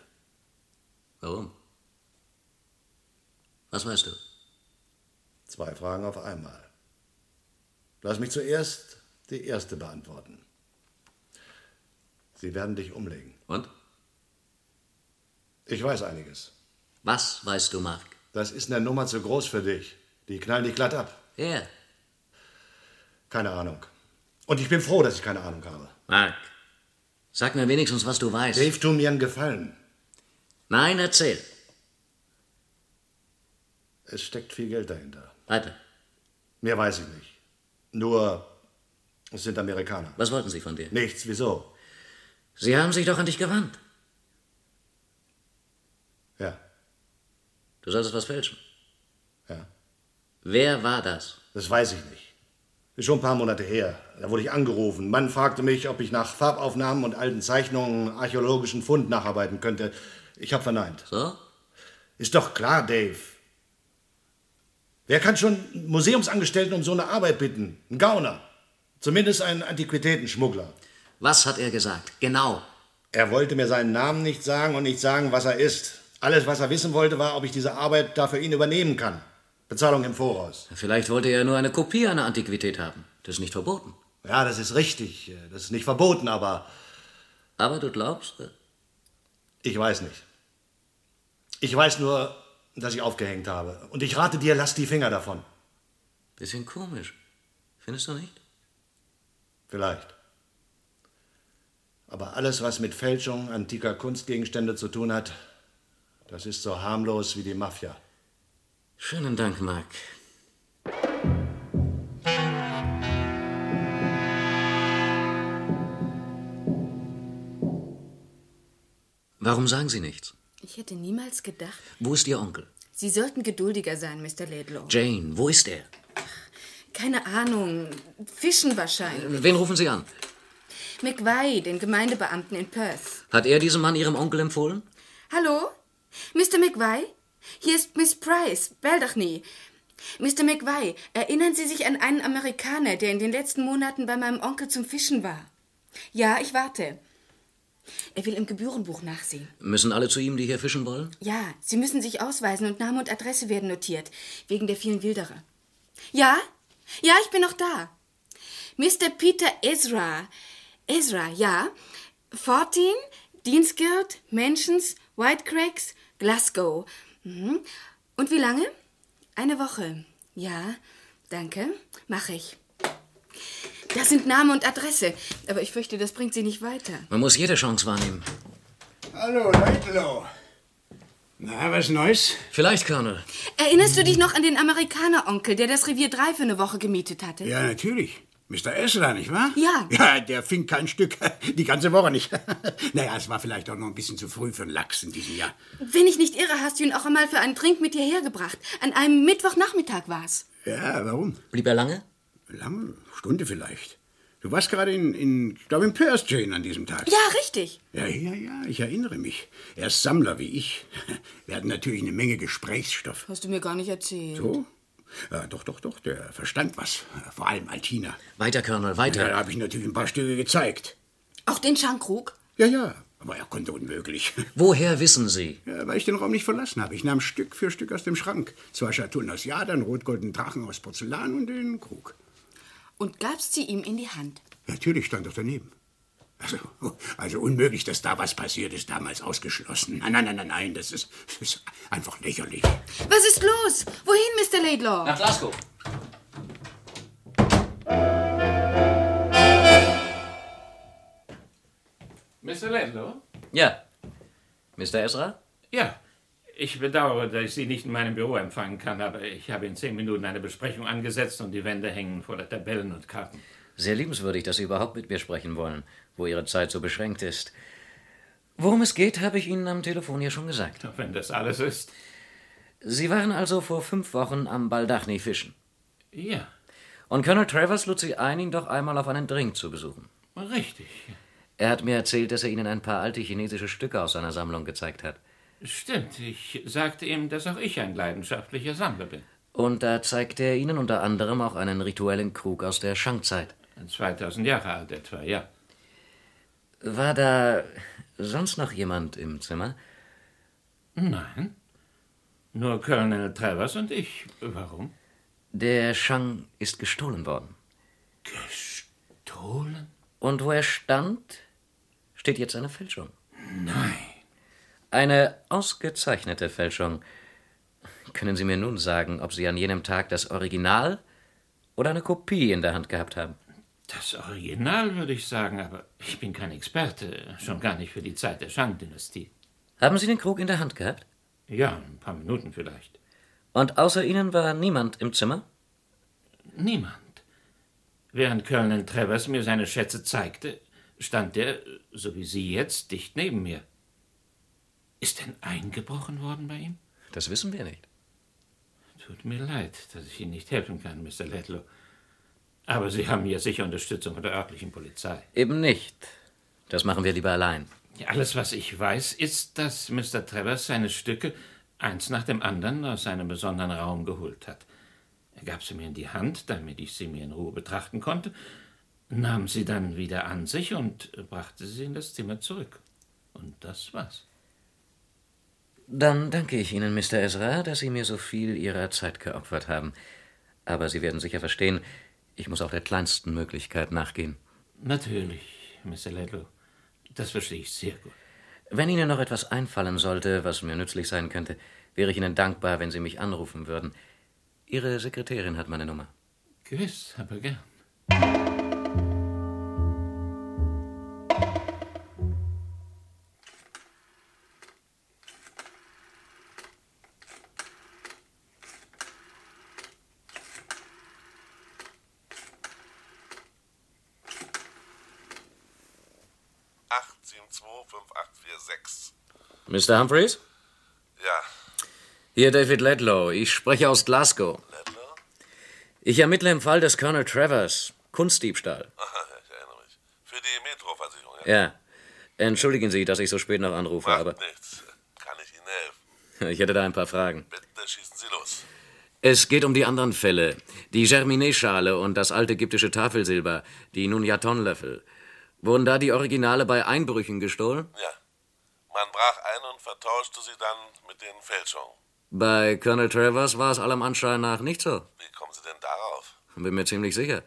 [SPEAKER 5] Warum? Was weißt du?
[SPEAKER 13] Zwei Fragen auf einmal. Lass mich zuerst die erste beantworten. Sie werden dich umlegen.
[SPEAKER 5] Und?
[SPEAKER 13] Ich weiß einiges.
[SPEAKER 5] Was weißt du, Mark?
[SPEAKER 13] Das ist eine Nummer zu groß für dich. Die knallen dich glatt ab.
[SPEAKER 5] Ja.
[SPEAKER 13] Keine Ahnung. Und ich bin froh, dass ich keine Ahnung habe.
[SPEAKER 5] Mark, sag mir wenigstens, was du weißt.
[SPEAKER 13] Dave, tu mir einen Gefallen.
[SPEAKER 5] Nein, erzähl.
[SPEAKER 13] Es steckt viel Geld dahinter.
[SPEAKER 5] Weiter.
[SPEAKER 13] Mehr weiß ich nicht. Nur, es sind Amerikaner.
[SPEAKER 5] Was wollten sie von dir?
[SPEAKER 13] Nichts, wieso?
[SPEAKER 5] Sie haben sich doch an dich gewandt.
[SPEAKER 13] Ja.
[SPEAKER 5] Du solltest was fälschen.
[SPEAKER 13] Ja.
[SPEAKER 5] Wer war das?
[SPEAKER 13] Das weiß ich nicht. Ist schon ein paar Monate her. Da wurde ich angerufen. Ein Mann fragte mich, ob ich nach Farbaufnahmen und alten Zeichnungen archäologischen Fund nacharbeiten könnte. Ich habe verneint.
[SPEAKER 5] So?
[SPEAKER 13] Ist doch klar, Dave. Wer kann schon einen Museumsangestellten um so eine Arbeit bitten? Ein Gauner. Zumindest ein Antiquitätenschmuggler.
[SPEAKER 5] Was hat er gesagt? Genau.
[SPEAKER 13] Er wollte mir seinen Namen nicht sagen und nicht sagen, was er ist. Alles, was er wissen wollte, war, ob ich diese Arbeit dafür ihn übernehmen kann. Bezahlung im Voraus.
[SPEAKER 5] Vielleicht wollte er nur eine Kopie einer Antiquität haben. Das ist nicht verboten.
[SPEAKER 13] Ja, das ist richtig. äh, Das ist nicht verboten, aber.
[SPEAKER 5] Aber du glaubst? äh,
[SPEAKER 13] Ich weiß nicht. Ich weiß nur, dass ich aufgehängt habe. Und ich rate dir, lass die Finger davon.
[SPEAKER 5] Bisschen komisch. Findest du nicht?
[SPEAKER 13] Vielleicht. Aber alles, was mit Fälschung antiker Kunstgegenstände zu tun hat, das ist so harmlos wie die Mafia.
[SPEAKER 5] Schönen Dank, Mark. Warum sagen Sie nichts?
[SPEAKER 8] Ich hätte niemals gedacht.
[SPEAKER 5] Wo ist Ihr Onkel?
[SPEAKER 8] Sie sollten geduldiger sein, Mr. Laidlaw.
[SPEAKER 5] Jane, wo ist er?
[SPEAKER 8] Keine Ahnung. Fischen wahrscheinlich.
[SPEAKER 5] Wen rufen Sie an?
[SPEAKER 8] McVay, den Gemeindebeamten in Perth.
[SPEAKER 5] Hat er diesen Mann Ihrem Onkel empfohlen?
[SPEAKER 8] Hallo? Mr. McVay? Hier ist Miss Price, Baldachny. Mr. McVay, erinnern Sie sich an einen Amerikaner, der in den letzten Monaten bei meinem Onkel zum Fischen war? Ja, ich warte. Er will im Gebührenbuch nachsehen.
[SPEAKER 5] Müssen alle zu ihm, die hier fischen wollen?
[SPEAKER 8] Ja, Sie müssen sich ausweisen und Name und Adresse werden notiert, wegen der vielen Wilderer. Ja? Ja, ich bin noch da. Mr. Peter Ezra. Ezra, ja. 14, Deansguild, Mansions, Whitecracks, Glasgow. Mhm. Und wie lange? Eine Woche. Ja, danke. Mache ich. Das sind Name und Adresse. Aber ich fürchte, das bringt Sie nicht weiter.
[SPEAKER 5] Man muss jede Chance wahrnehmen.
[SPEAKER 1] Hallo, Leitlow. Na, was Neues?
[SPEAKER 5] Vielleicht, Colonel.
[SPEAKER 8] Erinnerst du dich noch an den Amerikaner-Onkel, der das Revier 3 für eine Woche gemietet hatte?
[SPEAKER 1] Ja, natürlich. Mr. Esler, nicht wahr?
[SPEAKER 8] Ja.
[SPEAKER 1] Ja, der fing kein Stück. Die ganze Woche nicht. naja, es war vielleicht auch noch ein bisschen zu früh für einen Lachs in diesem Jahr.
[SPEAKER 8] Wenn ich nicht irre, hast du ihn auch einmal für einen Trink mit hierher gebracht. An einem Mittwochnachmittag war's.
[SPEAKER 1] Ja, warum?
[SPEAKER 5] Blieb er lange?
[SPEAKER 1] Lange? Stunde vielleicht. Du warst gerade in, in glaube in Perth, Jane, an diesem Tag.
[SPEAKER 8] Ja, richtig.
[SPEAKER 1] Ja, ja, ja, ich erinnere mich. Er ist Sammler wie ich. Wir hatten natürlich eine Menge Gesprächsstoff.
[SPEAKER 8] Hast du mir gar nicht
[SPEAKER 5] Hm.
[SPEAKER 8] erzählt.
[SPEAKER 1] So? Ja, doch, doch, doch, der verstand was. Vor allem Altina.
[SPEAKER 5] Weiter, Colonel, weiter.
[SPEAKER 1] Ja, da habe ich natürlich ein paar Stücke gezeigt.
[SPEAKER 8] Auch den Schankrug?
[SPEAKER 1] Ja, ja, aber er konnte unmöglich.
[SPEAKER 5] Woher wissen Sie?
[SPEAKER 1] Ja, weil ich den Raum nicht verlassen habe. Ich nahm Stück für Stück aus dem Schrank. Zwei Schatullen aus Jadern, rotgoldenen Drachen aus Porzellan und den Krug.
[SPEAKER 8] Und gabst sie ihm in die Hand?
[SPEAKER 1] Natürlich stand er daneben. Also, also unmöglich, dass da was passiert ist, damals ausgeschlossen. Nein, nein, nein, nein, nein, das ist, das ist einfach lächerlich.
[SPEAKER 8] Was ist los? Wohin, Mr. Laidlaw?
[SPEAKER 5] Nach Glasgow.
[SPEAKER 14] Mr. Landlow?
[SPEAKER 5] Ja. Mr. Ezra?
[SPEAKER 14] Ja. Ich bedauere, dass ich Sie nicht in meinem Büro empfangen kann, aber ich habe in zehn Minuten eine Besprechung angesetzt und die Wände hängen voller Tabellen und Karten.
[SPEAKER 5] Sehr liebenswürdig, dass Sie überhaupt mit mir sprechen wollen, wo Ihre Zeit so beschränkt ist. Worum es geht, habe ich Ihnen am Telefon ja schon gesagt.
[SPEAKER 14] Wenn das alles ist.
[SPEAKER 5] Sie waren also vor fünf Wochen am Baldachni fischen.
[SPEAKER 14] Ja,
[SPEAKER 5] Und Colonel Travers lud Sie ein, ihn doch einmal auf einen Drink zu besuchen.
[SPEAKER 14] richtig.
[SPEAKER 5] Er hat mir erzählt, dass er Ihnen ein paar alte chinesische Stücke aus seiner Sammlung gezeigt hat.
[SPEAKER 14] Stimmt, ich sagte ihm, dass auch ich ein leidenschaftlicher Sammler bin.
[SPEAKER 5] Und da zeigte er Ihnen unter anderem auch einen rituellen Krug aus der Shang-Zeit.
[SPEAKER 14] 2000 Jahre alt etwa, ja.
[SPEAKER 5] War da sonst noch jemand im Zimmer?
[SPEAKER 14] Nein. Nur Colonel Travers und ich. Warum?
[SPEAKER 5] Der Shang ist gestohlen worden.
[SPEAKER 14] Gestohlen?
[SPEAKER 5] Und wo er stand, steht jetzt eine Fälschung.
[SPEAKER 14] Nein.
[SPEAKER 5] Eine ausgezeichnete Fälschung. Können Sie mir nun sagen, ob Sie an jenem Tag das Original oder eine Kopie in der Hand gehabt haben?
[SPEAKER 14] Das Original würde ich sagen, aber ich bin kein Experte, schon gar nicht für die Zeit der Shang-Dynastie.
[SPEAKER 5] Haben Sie den Krug in der Hand gehabt?
[SPEAKER 14] Ja, ein paar Minuten vielleicht.
[SPEAKER 5] Und außer Ihnen war niemand im Zimmer?
[SPEAKER 14] Niemand. Während Colonel Travers mir seine Schätze zeigte, stand er, so wie Sie jetzt, dicht neben mir. Ist denn eingebrochen worden bei ihm?
[SPEAKER 5] Das wissen wir nicht.
[SPEAKER 14] Tut mir leid, dass ich Ihnen nicht helfen kann, Mr. Ledlow. Aber Sie haben ja sicher Unterstützung von der örtlichen Polizei.
[SPEAKER 5] Eben nicht. Das machen wir lieber allein.
[SPEAKER 14] Alles, was ich weiß, ist, dass Mr. Travers seine Stücke eins nach dem anderen aus einem besonderen Raum geholt hat. Er gab sie mir in die Hand, damit ich sie mir in Ruhe betrachten konnte, nahm sie dann wieder an sich und brachte sie in das Zimmer zurück. Und das war's.
[SPEAKER 5] Dann danke ich Ihnen, Mr. Ezra, dass Sie mir so viel Ihrer Zeit geopfert haben. Aber Sie werden sicher verstehen, ich muss auch der kleinsten Möglichkeit nachgehen.
[SPEAKER 14] Natürlich, Mr. Ledlow. Das verstehe ich sehr gut.
[SPEAKER 5] Wenn Ihnen noch etwas einfallen sollte, was mir nützlich sein könnte, wäre ich Ihnen dankbar, wenn Sie mich anrufen würden. Ihre Sekretärin hat meine Nummer.
[SPEAKER 14] Gewiss, aber gern.
[SPEAKER 9] 25846.
[SPEAKER 5] Mr. Humphreys?
[SPEAKER 9] Ja,
[SPEAKER 5] Hier David Ledlow. Ich spreche aus Glasgow. Ich ermittle im Fall des Colonel Travers. Kunstdiebstahl.
[SPEAKER 9] Aha, ich erinnere mich. Für die Metroversicherung, Oh, ja?
[SPEAKER 5] Ja. Entschuldigen Sie, dass ich so spät noch anrufe, aber
[SPEAKER 9] Nichts. Kann ich Ihnen helfen?
[SPEAKER 5] ich hätte da ein paar Fragen.
[SPEAKER 9] Bitte schießen Sie los.
[SPEAKER 5] Es geht um die anderen Fälle. Die Germinet-Schale und das alte ägyptische Tafelsilber, die Nunjaton-Löffel. Wurden da die Originale bei Einbrüchen gestohlen?
[SPEAKER 9] Ja. Man brach ein und vertauschte sie dann mit den Fälschungen.
[SPEAKER 5] Bei Colonel Travers war es allem Anschein nach nicht so.
[SPEAKER 9] Wie kommen Sie denn darauf?
[SPEAKER 5] Bin mir ziemlich sicher.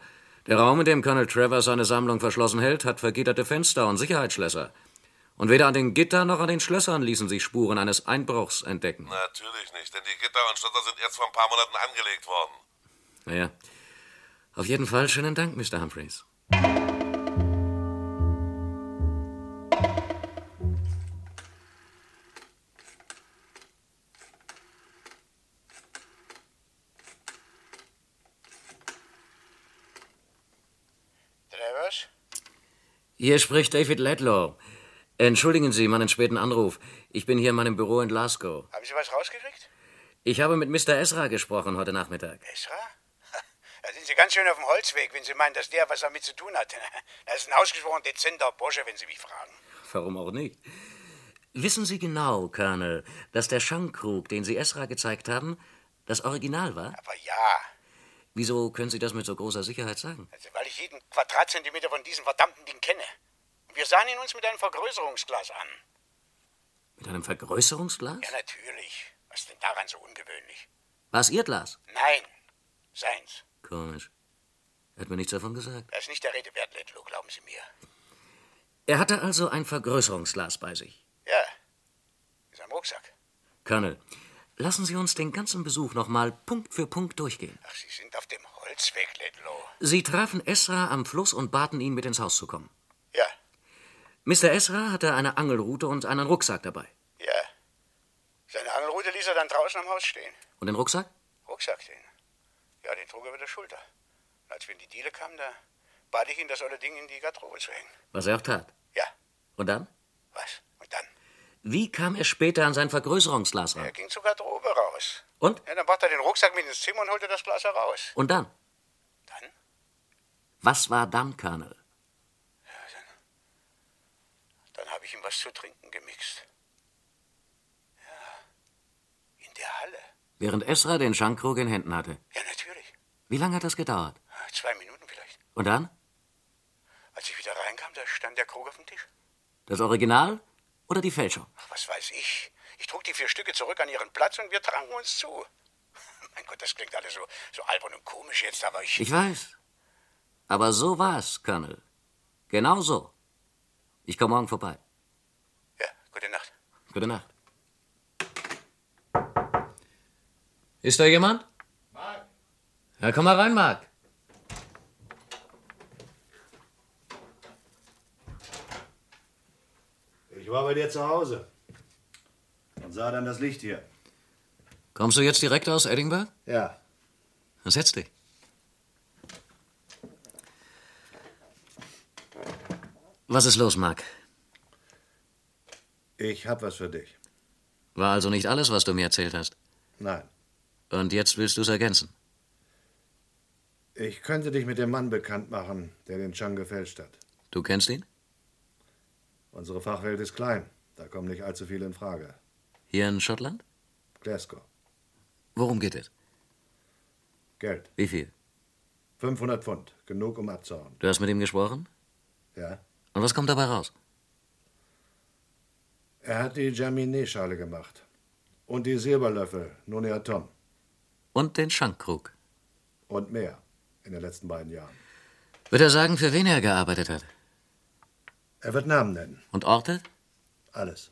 [SPEAKER 5] Der Raum, in dem Colonel Travers seine Sammlung verschlossen hält, hat vergitterte Fenster und Sicherheitsschlösser. Und weder an den Gittern noch an den Schlössern ließen sich Spuren eines Einbruchs entdecken.
[SPEAKER 9] Natürlich nicht, denn die Gitter und Schlösser sind erst vor ein paar Monaten angelegt worden.
[SPEAKER 5] Naja. Auf jeden Fall schönen Dank, Mr. Humphreys.
[SPEAKER 1] Travers?
[SPEAKER 5] Hier spricht David Ledlow. Entschuldigen Sie meinen späten Anruf. Ich bin hier in meinem Büro in Glasgow.
[SPEAKER 1] Haben Sie was rausgekriegt?
[SPEAKER 5] Ich habe mit Mr. Esra gesprochen heute Nachmittag.
[SPEAKER 1] Esra? Da sind Sie ganz schön auf dem Holzweg, wenn Sie meinen, dass der was damit zu tun hat. Das ist ein ausgesprochen dezenter Bursche, wenn Sie mich fragen.
[SPEAKER 5] Warum auch nicht? Wissen Sie genau, Colonel, dass der Schankkrug, den Sie Esra gezeigt haben, das Original war?
[SPEAKER 1] Aber ja,
[SPEAKER 5] Wieso können Sie das mit so großer Sicherheit sagen?
[SPEAKER 1] also weil ich jeden Quadratzentimeter von diesem verdammten Ding kenne. Wir sahen ihn uns mit einem Vergrößerungsglas an.
[SPEAKER 5] Mit einem Vergrößerungsglas?
[SPEAKER 1] Ja, natürlich. Was ist denn daran so ungewöhnlich?
[SPEAKER 5] War es Ihr Glas?
[SPEAKER 1] Nein, seins.
[SPEAKER 5] Komisch. Er hat mir nichts davon gesagt.
[SPEAKER 1] Das ist nicht der Rede wert, Ledlow, glauben Sie mir.
[SPEAKER 5] Er hatte also ein Vergrößerungsglas bei sich.
[SPEAKER 1] Ja, ist am Rucksack.
[SPEAKER 5] Colonel, lassen Sie uns den ganzen Besuch nochmal Punkt für Punkt durchgehen.
[SPEAKER 1] Ach, Sie sind auf dem Holzweg, Ledlow.
[SPEAKER 5] Sie trafen Esra am Fluss und baten ihn, mit ins Haus zu kommen.
[SPEAKER 1] Ja.
[SPEAKER 5] Mr. Esra hatte eine Angelrute und einen Rucksack dabei.
[SPEAKER 1] Ja. Seine Angelrute ließ er dann draußen am Haus stehen.
[SPEAKER 5] Und den Rucksack?
[SPEAKER 1] Rucksack den. Ja, den trug er über der Schulter. Und als wir in die Diele kamen, da bat ich ihn, das olle Ding in die Garderobe zu hängen.
[SPEAKER 5] Was er auch tat.
[SPEAKER 1] Ja.
[SPEAKER 5] Und dann?
[SPEAKER 1] Was? Und dann?
[SPEAKER 5] Wie kam er später an sein Vergrößerungsglas ran?
[SPEAKER 1] Er ging zur Garderobe raus.
[SPEAKER 5] Und?
[SPEAKER 1] Ja, dann brachte er den Rucksack mit ins Zimmer und holte das Glas heraus.
[SPEAKER 5] Und dann? Dann? Was war dann, Colonel?
[SPEAKER 1] Dann habe ich ihm was zu trinken gemixt. Ja. In der Halle.
[SPEAKER 5] Während Esra den Schankkrug in Händen hatte.
[SPEAKER 1] Ja, natürlich.
[SPEAKER 5] Wie lange hat das gedauert?
[SPEAKER 1] Zwei Minuten vielleicht.
[SPEAKER 5] Und dann?
[SPEAKER 1] Als ich wieder reinkam, da stand der Krug auf dem Tisch.
[SPEAKER 5] Das Original oder die Fälschung?
[SPEAKER 1] Ach, was weiß ich. Ich trug die vier Stücke zurück an ihren Platz und wir tranken uns zu. Mein Gott, das klingt alles so, so albern und komisch jetzt, aber ich.
[SPEAKER 5] Ich weiß. Aber so war's, Colonel. Genau so. Ich komme morgen vorbei.
[SPEAKER 1] Ja, gute Nacht.
[SPEAKER 5] Gute Nacht. Ist da jemand? Mark. Na, komm mal rein, Mark.
[SPEAKER 13] Ich war bei dir zu Hause und sah dann das Licht hier.
[SPEAKER 5] Kommst du jetzt direkt aus Edinburgh?
[SPEAKER 13] Ja.
[SPEAKER 5] Dann setz dich. Was ist los, Mark?
[SPEAKER 13] Ich hab was für dich.
[SPEAKER 5] War also nicht alles, was du mir erzählt hast.
[SPEAKER 13] Nein.
[SPEAKER 5] Und jetzt willst du es ergänzen.
[SPEAKER 13] Ich könnte dich mit dem Mann bekannt machen, der den Chang gefälscht hat.
[SPEAKER 5] Du kennst ihn?
[SPEAKER 13] Unsere Fachwelt ist klein. Da kommen nicht allzu viele in Frage.
[SPEAKER 5] Hier in Schottland?
[SPEAKER 13] Glasgow.
[SPEAKER 5] Worum geht es?
[SPEAKER 13] Geld.
[SPEAKER 5] Wie viel?
[SPEAKER 13] 500 Pfund. Genug, um abzuhauen.
[SPEAKER 5] Du hast mit ihm gesprochen?
[SPEAKER 13] Ja.
[SPEAKER 5] Und was kommt dabei raus?
[SPEAKER 13] Er hat die Germinet-Schale gemacht. Und die Silberlöffel, Nuneaton.
[SPEAKER 5] Und den Schankkrug.
[SPEAKER 13] Und mehr. In den letzten beiden Jahren.
[SPEAKER 5] Wird er sagen, für wen er gearbeitet hat?
[SPEAKER 13] Er wird Namen nennen.
[SPEAKER 5] Und Orte?
[SPEAKER 13] Alles.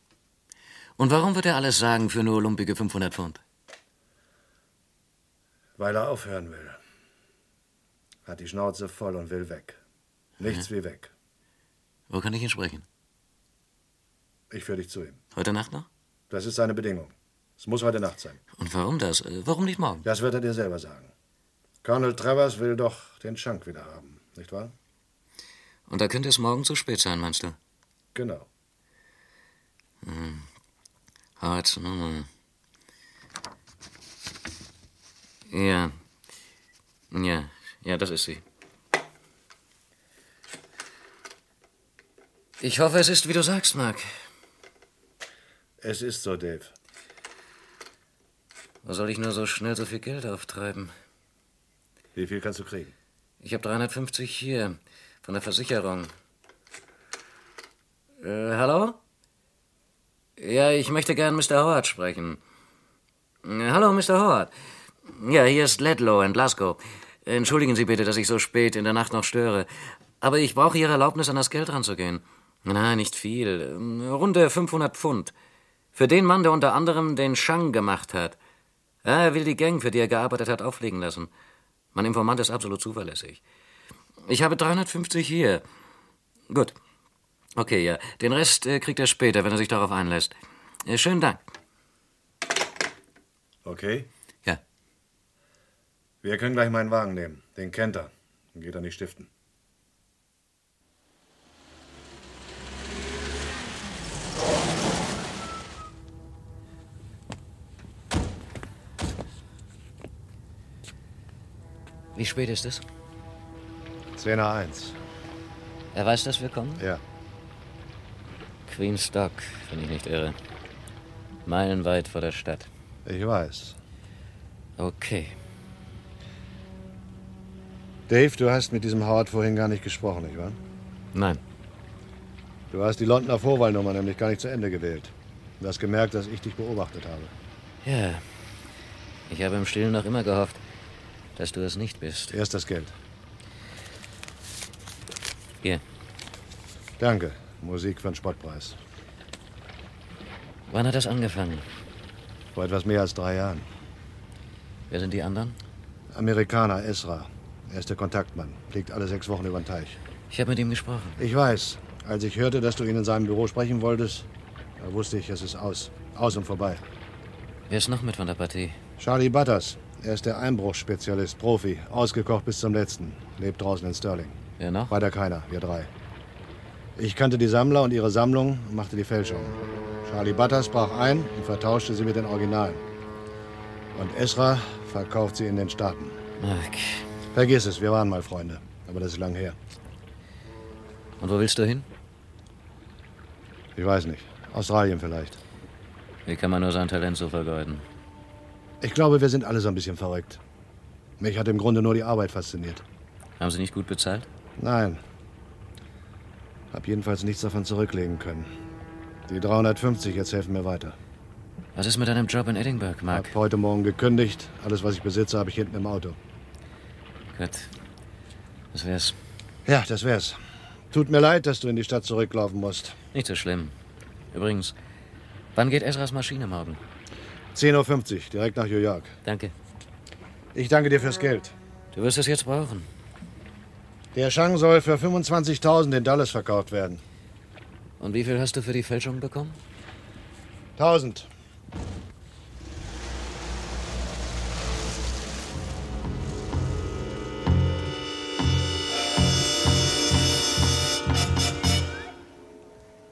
[SPEAKER 5] Und warum wird er alles sagen für nur lumpige 500 Pfund?
[SPEAKER 13] Weil er aufhören will. Hat die Schnauze voll und will weg. Nichts wie weg.
[SPEAKER 5] Wo kann ich ihn sprechen?
[SPEAKER 13] Ich führe dich zu ihm.
[SPEAKER 5] Heute Nacht noch?
[SPEAKER 13] Das ist seine Bedingung. Es muss heute Nacht sein.
[SPEAKER 5] Und warum das? Äh, Warum nicht morgen?
[SPEAKER 13] Das wird er dir selber sagen. Colonel Travers will doch den Schank wieder haben, nicht wahr?
[SPEAKER 5] Und da könnte es morgen zu spät sein, meinst du?
[SPEAKER 13] Genau.
[SPEAKER 5] Hm. Hart, ne? nochmal. Ja. Ja, ja, das ist sie. Ich hoffe, es ist, wie du sagst, Mark.
[SPEAKER 13] Es ist so, Dave.
[SPEAKER 5] Wo soll ich nur so schnell so viel Geld auftreiben?
[SPEAKER 13] Wie viel kannst du kriegen?
[SPEAKER 5] Ich habe 350 hier von der Versicherung. Äh, hallo? Ja, ich möchte gern Mr. Howard sprechen. Äh, Hallo, Mr. Howard. Ja, hier ist Ledlow in Glasgow. Entschuldigen Sie bitte, dass ich so spät in der Nacht noch störe. Aber ich brauche Ihre Erlaubnis, an das Geld ranzugehen. Nein, nicht viel. Ähm, Runde 500 Pfund. Für den Mann, der unter anderem den Shang gemacht hat. Ja, Ah, er will die Gang, für die er gearbeitet hat, auflegen lassen. Mein Informant ist absolut zuverlässig. Ich habe 350 hier. Gut. Okay, ja. Den Rest äh, kriegt er später, wenn er sich darauf einlässt. Äh, schönen Dank.
[SPEAKER 13] Okay?
[SPEAKER 5] Ja.
[SPEAKER 13] Wir können gleich meinen Wagen nehmen. Den kennt er. Dann geht er nicht stiften.
[SPEAKER 5] Wie spät ist es?
[SPEAKER 13] 10 nach 1.
[SPEAKER 5] Er weiß, dass wir kommen?
[SPEAKER 13] Ja.
[SPEAKER 5] Queen's Dock, wenn ich nicht irre. Meilenweit vor der Stadt.
[SPEAKER 13] Ich weiß.
[SPEAKER 5] Okay.
[SPEAKER 13] Dave, du hast mit diesem Howard vorhin gar nicht gesprochen, nicht wahr?
[SPEAKER 5] Nein.
[SPEAKER 13] Du hast die Londoner Vorwahlnummer nämlich gar nicht zu Ende gewählt. Du hast gemerkt, dass ich dich beobachtet habe.
[SPEAKER 5] Ja. Ich habe im Stillen noch immer gehofft, dass du es nicht bist.
[SPEAKER 13] Erst das Geld.
[SPEAKER 5] Hier.
[SPEAKER 13] Danke. Musik für den Spottpreis.
[SPEAKER 5] Wann hat das angefangen?
[SPEAKER 13] Vor etwas mehr als drei Jahren.
[SPEAKER 5] Wer sind die anderen?
[SPEAKER 13] Amerikaner, Esra. Er ist der Kontaktmann. Fliegt alle sechs Wochen über den Teich.
[SPEAKER 5] Ich habe mit ihm gesprochen.
[SPEAKER 13] Ich weiß. Als ich hörte, dass du ihn in seinem Büro sprechen wolltest, da wusste ich, es ist aus. Aus und vorbei.
[SPEAKER 5] Wer ist noch mit von der Partie?
[SPEAKER 13] Charlie Butters. Er ist der Einbruchsspezialist, Profi. Ausgekocht bis zum Letzten. Lebt draußen in Sterling.
[SPEAKER 5] Wer noch?
[SPEAKER 13] Weiter keiner, wir drei. Ich kannte die Sammler und ihre Sammlung und machte die Fälschung. Charlie Butters brach ein und vertauschte sie mit den Originalen. Und Esra verkauft sie in den Staaten.
[SPEAKER 5] Mark.
[SPEAKER 13] Vergiss es, wir waren mal Freunde. Aber das ist lang her.
[SPEAKER 5] Und wo willst du hin?
[SPEAKER 13] Ich weiß nicht. Australien vielleicht.
[SPEAKER 5] Wie kann man nur sein Talent so vergeuden?
[SPEAKER 13] Ich glaube, wir sind alle so ein bisschen verrückt. Mich hat im Grunde nur die Arbeit fasziniert.
[SPEAKER 5] Haben sie nicht gut bezahlt?
[SPEAKER 13] Nein. Hab jedenfalls nichts davon zurücklegen können. Die 350 jetzt helfen mir weiter.
[SPEAKER 5] Was ist mit deinem Job in Edinburgh, Mark?
[SPEAKER 13] Hab heute Morgen gekündigt. Alles, was ich besitze, habe ich hinten im Auto.
[SPEAKER 5] Gut. Das wär's.
[SPEAKER 13] Ja, das wär's. Tut mir leid, dass du in die Stadt zurücklaufen musst.
[SPEAKER 5] Nicht so schlimm. Übrigens, wann geht Esras Maschine morgen?
[SPEAKER 13] 10.50 Uhr, direkt nach New York.
[SPEAKER 5] Danke.
[SPEAKER 13] Ich danke dir fürs Geld.
[SPEAKER 5] Du wirst es jetzt brauchen.
[SPEAKER 13] Der Shang soll für 25.000 in Dallas verkauft werden.
[SPEAKER 5] Und wie viel hast du für die Fälschung bekommen?
[SPEAKER 13] 1000.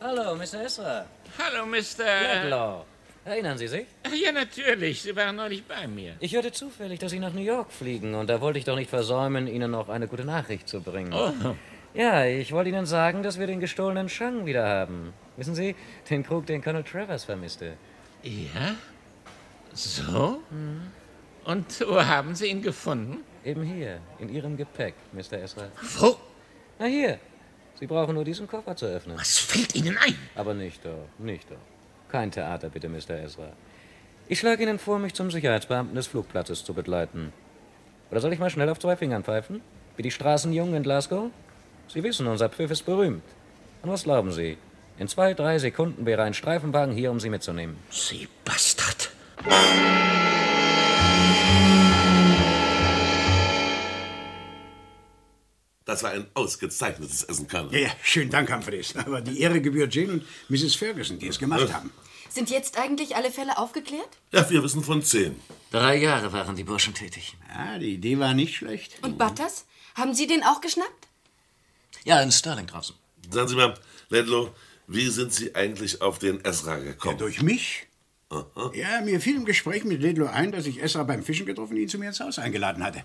[SPEAKER 14] Hallo, Mr. Esra.
[SPEAKER 11] Hallo, Mr.
[SPEAKER 14] Ledlow. Erinnern Sie sich?
[SPEAKER 11] Ja, natürlich. Sie waren neulich bei mir.
[SPEAKER 5] Ich hörte zufällig, dass Sie nach New York fliegen und da wollte ich doch nicht versäumen, Ihnen noch eine gute Nachricht zu bringen.
[SPEAKER 11] Oh.
[SPEAKER 5] Ja, ich wollte Ihnen sagen, dass wir den gestohlenen Shang wieder haben. Wissen Sie, den Krug, den Colonel Travers vermisste.
[SPEAKER 11] Ja? So? Hm. Und wo haben Sie ihn gefunden?
[SPEAKER 5] Eben hier, in Ihrem Gepäck, Mr. Esra.
[SPEAKER 11] Wo?
[SPEAKER 5] Na hier, Sie brauchen nur diesen Koffer zu öffnen.
[SPEAKER 11] Was fällt Ihnen ein?
[SPEAKER 5] Aber nicht doch, nicht doch. Kein Theater, bitte, Mr. Ezra. Ich schlage Ihnen vor, mich zum Sicherheitsbeamten des Flugplatzes zu begleiten. Oder soll ich mal schnell auf zwei Fingern pfeifen? Wie die Straßenjungen in Glasgow? Sie wissen, unser Pfiff ist berühmt. Und was glauben Sie? In zwei, drei Sekunden wäre ein Streifenwagen hier, um Sie mitzunehmen.
[SPEAKER 11] Sie Bastard!
[SPEAKER 9] Das war ein ausgezeichnetes Essen, Karl.
[SPEAKER 1] Ja, ja, schönen Dank, Humphreys. Aber die Ehre gebührt Jill und Mrs. Ferguson, die es gemacht haben.
[SPEAKER 8] Sind jetzt eigentlich alle Fälle aufgeklärt?
[SPEAKER 9] Ja, wir wissen von zehn.
[SPEAKER 5] Drei Jahre waren die Burschen tätig.
[SPEAKER 1] Ah, die Idee war nicht schlecht.
[SPEAKER 8] Und Butters? Haben Sie den auch geschnappt?
[SPEAKER 5] Ja, in Sterling draußen.
[SPEAKER 9] Sagen Sie mal, Ledlow, Wie sind Sie eigentlich auf den Esra gekommen?
[SPEAKER 1] durch mich? Ja, mir fiel im Gespräch mit Ledlo ein, dass ich Esra beim Fischen getroffen ihn zu mir ins Haus eingeladen hatte.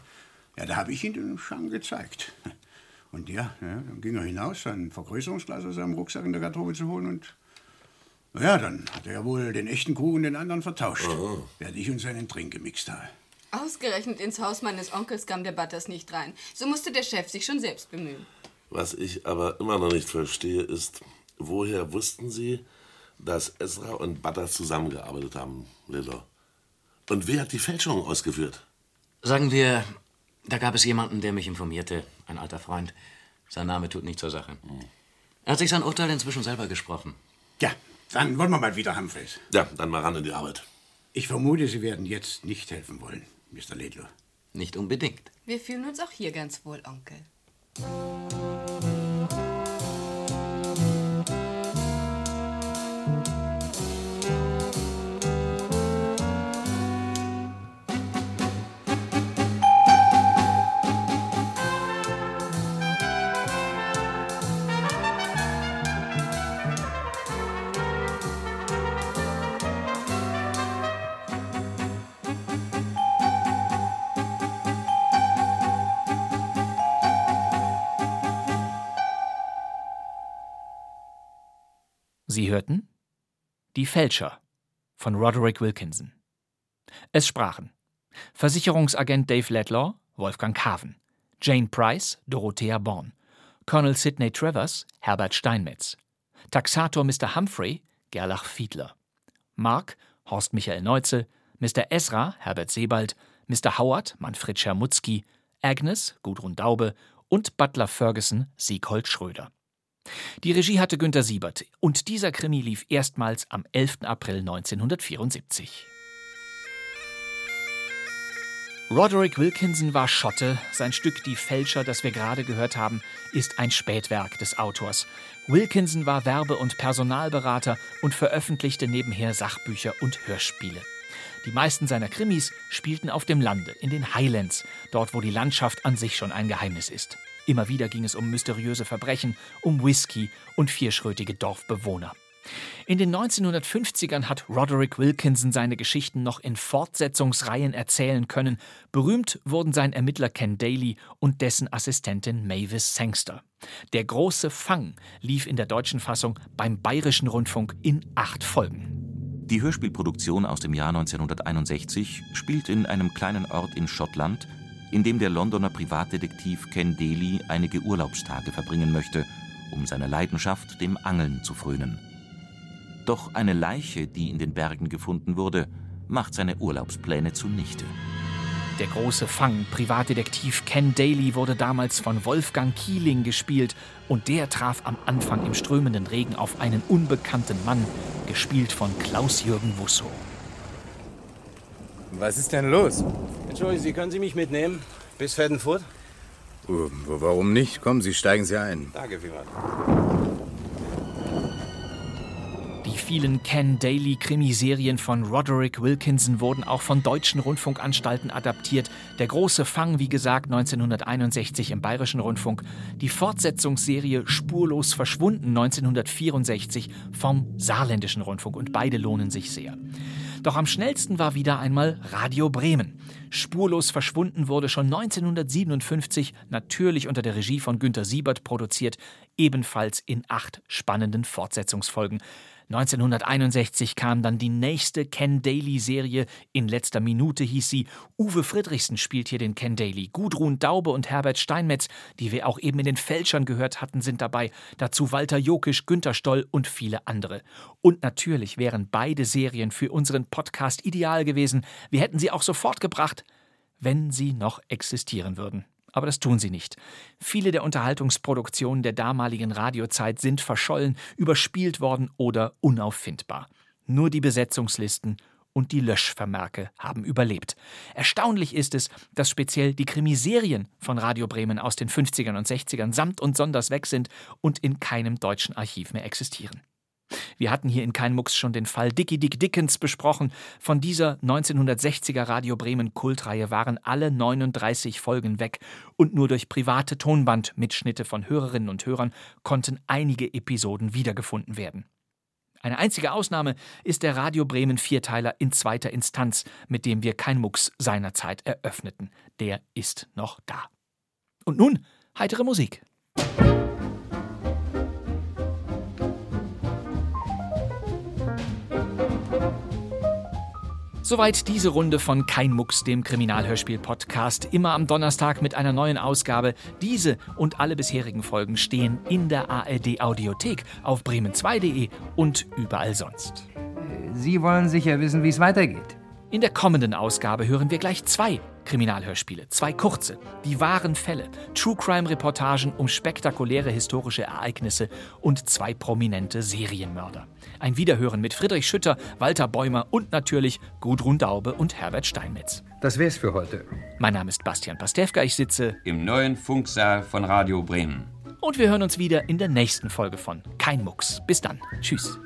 [SPEAKER 1] Ja, da habe ich ihn den Schang gezeigt. Und ja, ja, dann ging er hinaus, sein Vergrößerungsglas aus seinem Rucksack in der Garderobe zu holen und. Naja, dann hat er ja wohl den echten Krug und den anderen vertauscht, während ich uns einen Trink gemixt habe.
[SPEAKER 8] Ausgerechnet ins Haus meines Onkels kam der Butters nicht rein. So musste der Chef sich schon selbst bemühen.
[SPEAKER 9] Was ich aber immer noch nicht verstehe, ist, woher wussten Sie, dass Ezra und Butters zusammengearbeitet haben, Lilo? Und wer hat die Fälschung ausgeführt?
[SPEAKER 15] Sagen wir, da gab es jemanden, der mich informierte, ein alter Freund. Sein Name tut nicht zur Sache. Er hat sich sein Urteil inzwischen selber gesprochen.
[SPEAKER 1] Ja, dann wollen wir mal wieder, Humphreys.
[SPEAKER 9] Ja, dann mal ran in die Arbeit.
[SPEAKER 1] Ich vermute, Sie werden jetzt nicht helfen wollen, Mr. Ledlow.
[SPEAKER 15] Nicht unbedingt.
[SPEAKER 8] Wir fühlen uns auch hier ganz wohl, Onkel.
[SPEAKER 2] Sie hörten Die Fälscher von Roderick Wilkinson. Es sprachen Versicherungsagent Dave Ledlaw, Wolfgang Haven, Jane Price, Dorothea Born, Colonel Sidney Travers, Herbert Steinmetz, Taxator Mr. Humphrey, Gerlach Fiedler, Mark, Horst Michael Neuze, Mr. Ezra, Herbert Sebald, Mr. Howard, Manfred Schermutzki, Agnes, Gudrun Daube und Butler Ferguson, Sieghold Schröder. Die Regie hatte Günter Siebert und dieser Krimi lief erstmals am 11. April 1974. Roderick Wilkinson war Schotte. Sein Stück Die Fälscher, das wir gerade gehört haben, ist ein Spätwerk des Autors. Wilkinson war Werbe- und Personalberater und veröffentlichte nebenher Sachbücher und Hörspiele. Die meisten seiner Krimis spielten auf dem Lande, in den Highlands, dort wo die Landschaft an sich schon ein Geheimnis ist. Immer wieder ging es um mysteriöse Verbrechen, um Whisky und vierschrötige Dorfbewohner. In den 1950ern hat Roderick Wilkinson seine Geschichten noch in Fortsetzungsreihen erzählen können. Berühmt wurden sein Ermittler Ken Daly und dessen Assistentin Mavis Sangster. Der große Fang lief in der deutschen Fassung beim Bayerischen Rundfunk in acht Folgen.
[SPEAKER 16] Die Hörspielproduktion aus dem Jahr 1961 spielt in einem kleinen Ort in Schottland, in dem der Londoner Privatdetektiv Ken Daly einige Urlaubstage verbringen möchte, um seine Leidenschaft dem Angeln zu frönen. Doch eine Leiche, die in den Bergen gefunden wurde, macht seine Urlaubspläne zunichte.
[SPEAKER 2] Der große Fang, Privatdetektiv Ken Daly, wurde damals von Wolfgang Kieling gespielt und der traf am Anfang im strömenden Regen auf einen unbekannten Mann, gespielt von Klaus-Jürgen Wusso.
[SPEAKER 17] Was ist denn los?
[SPEAKER 18] Entschuldigen Sie, können Sie mich mitnehmen?
[SPEAKER 17] Bis Fettenfurt? Oh, Warum nicht? Kommen Sie, steigen Sie ein.
[SPEAKER 18] Danke vielmals.
[SPEAKER 2] Die vielen Ken Daly Krimiserien von Roderick Wilkinson wurden auch von deutschen Rundfunkanstalten adaptiert. Der große Fang, wie gesagt, 1961 im Bayerischen Rundfunk. Die Fortsetzungsserie Spurlos verschwunden 1964 vom Saarländischen Rundfunk und beide lohnen sich sehr. Doch am schnellsten war wieder einmal Radio Bremen. Spurlos verschwunden wurde schon 1957, natürlich unter der Regie von Günter Siebert produziert, ebenfalls in acht spannenden Fortsetzungsfolgen. 1961 kam dann die nächste Ken Daly-Serie. In letzter Minute hieß sie. Uwe Friedrichsen spielt hier den Ken Daly. Gudrun Daube und Herbert Steinmetz, die wir auch eben in den Fälschern gehört hatten, sind dabei. Dazu Walter Jokisch, Günter Stoll und viele andere. Und natürlich wären beide Serien für unseren Podcast ideal gewesen. Wir hätten sie auch sofort gebracht, wenn sie noch existieren würden. Aber das tun sie nicht. Viele der Unterhaltungsproduktionen der damaligen Radiozeit sind verschollen, überspielt worden oder unauffindbar. Nur die Besetzungslisten und die Löschvermerke haben überlebt. Erstaunlich ist es, dass speziell die Krimiserien von Radio Bremen aus den 50ern und 60ern samt und sonders weg sind und in keinem deutschen Archiv mehr existieren. Wir hatten hier in Keinmucks schon den Fall Dicky Dick Dickens besprochen. Von dieser 1960er Radio Bremen Kultreihe waren alle 39 Folgen weg und nur durch private Tonbandmitschnitte von Hörerinnen und Hörern konnten einige Episoden wiedergefunden werden. Eine einzige Ausnahme ist der Radio Bremen Vierteiler in zweiter Instanz, mit dem wir Keinmucks seinerzeit eröffneten. Der ist noch da. Und nun heitere Musik. Soweit diese Runde von Kein Mucks, dem Kriminalhörspiel-Podcast. Immer am Donnerstag mit einer neuen Ausgabe. Diese und alle bisherigen Folgen stehen in der ARD-Audiothek, auf bremen2.de und überall sonst.
[SPEAKER 19] Sie wollen sicher wissen, wie es weitergeht.
[SPEAKER 2] In der kommenden Ausgabe hören wir gleich zwei Kriminalhörspiele, zwei kurze, die wahren Fälle, True Crime-Reportagen um spektakuläre historische Ereignisse und zwei prominente Serienmörder. Ein Wiederhören mit Friedrich Schütter, Walter Bäumer und natürlich Gudrun Daube und Herbert Steinmetz.
[SPEAKER 19] Das wär's für heute.
[SPEAKER 2] Mein Name ist Bastian Pastewka, ich sitze
[SPEAKER 20] im neuen Funksaal von Radio Bremen.
[SPEAKER 2] und wir hören uns wieder in der nächsten Folge von Kein Mucks. Bis dann. Tschüss.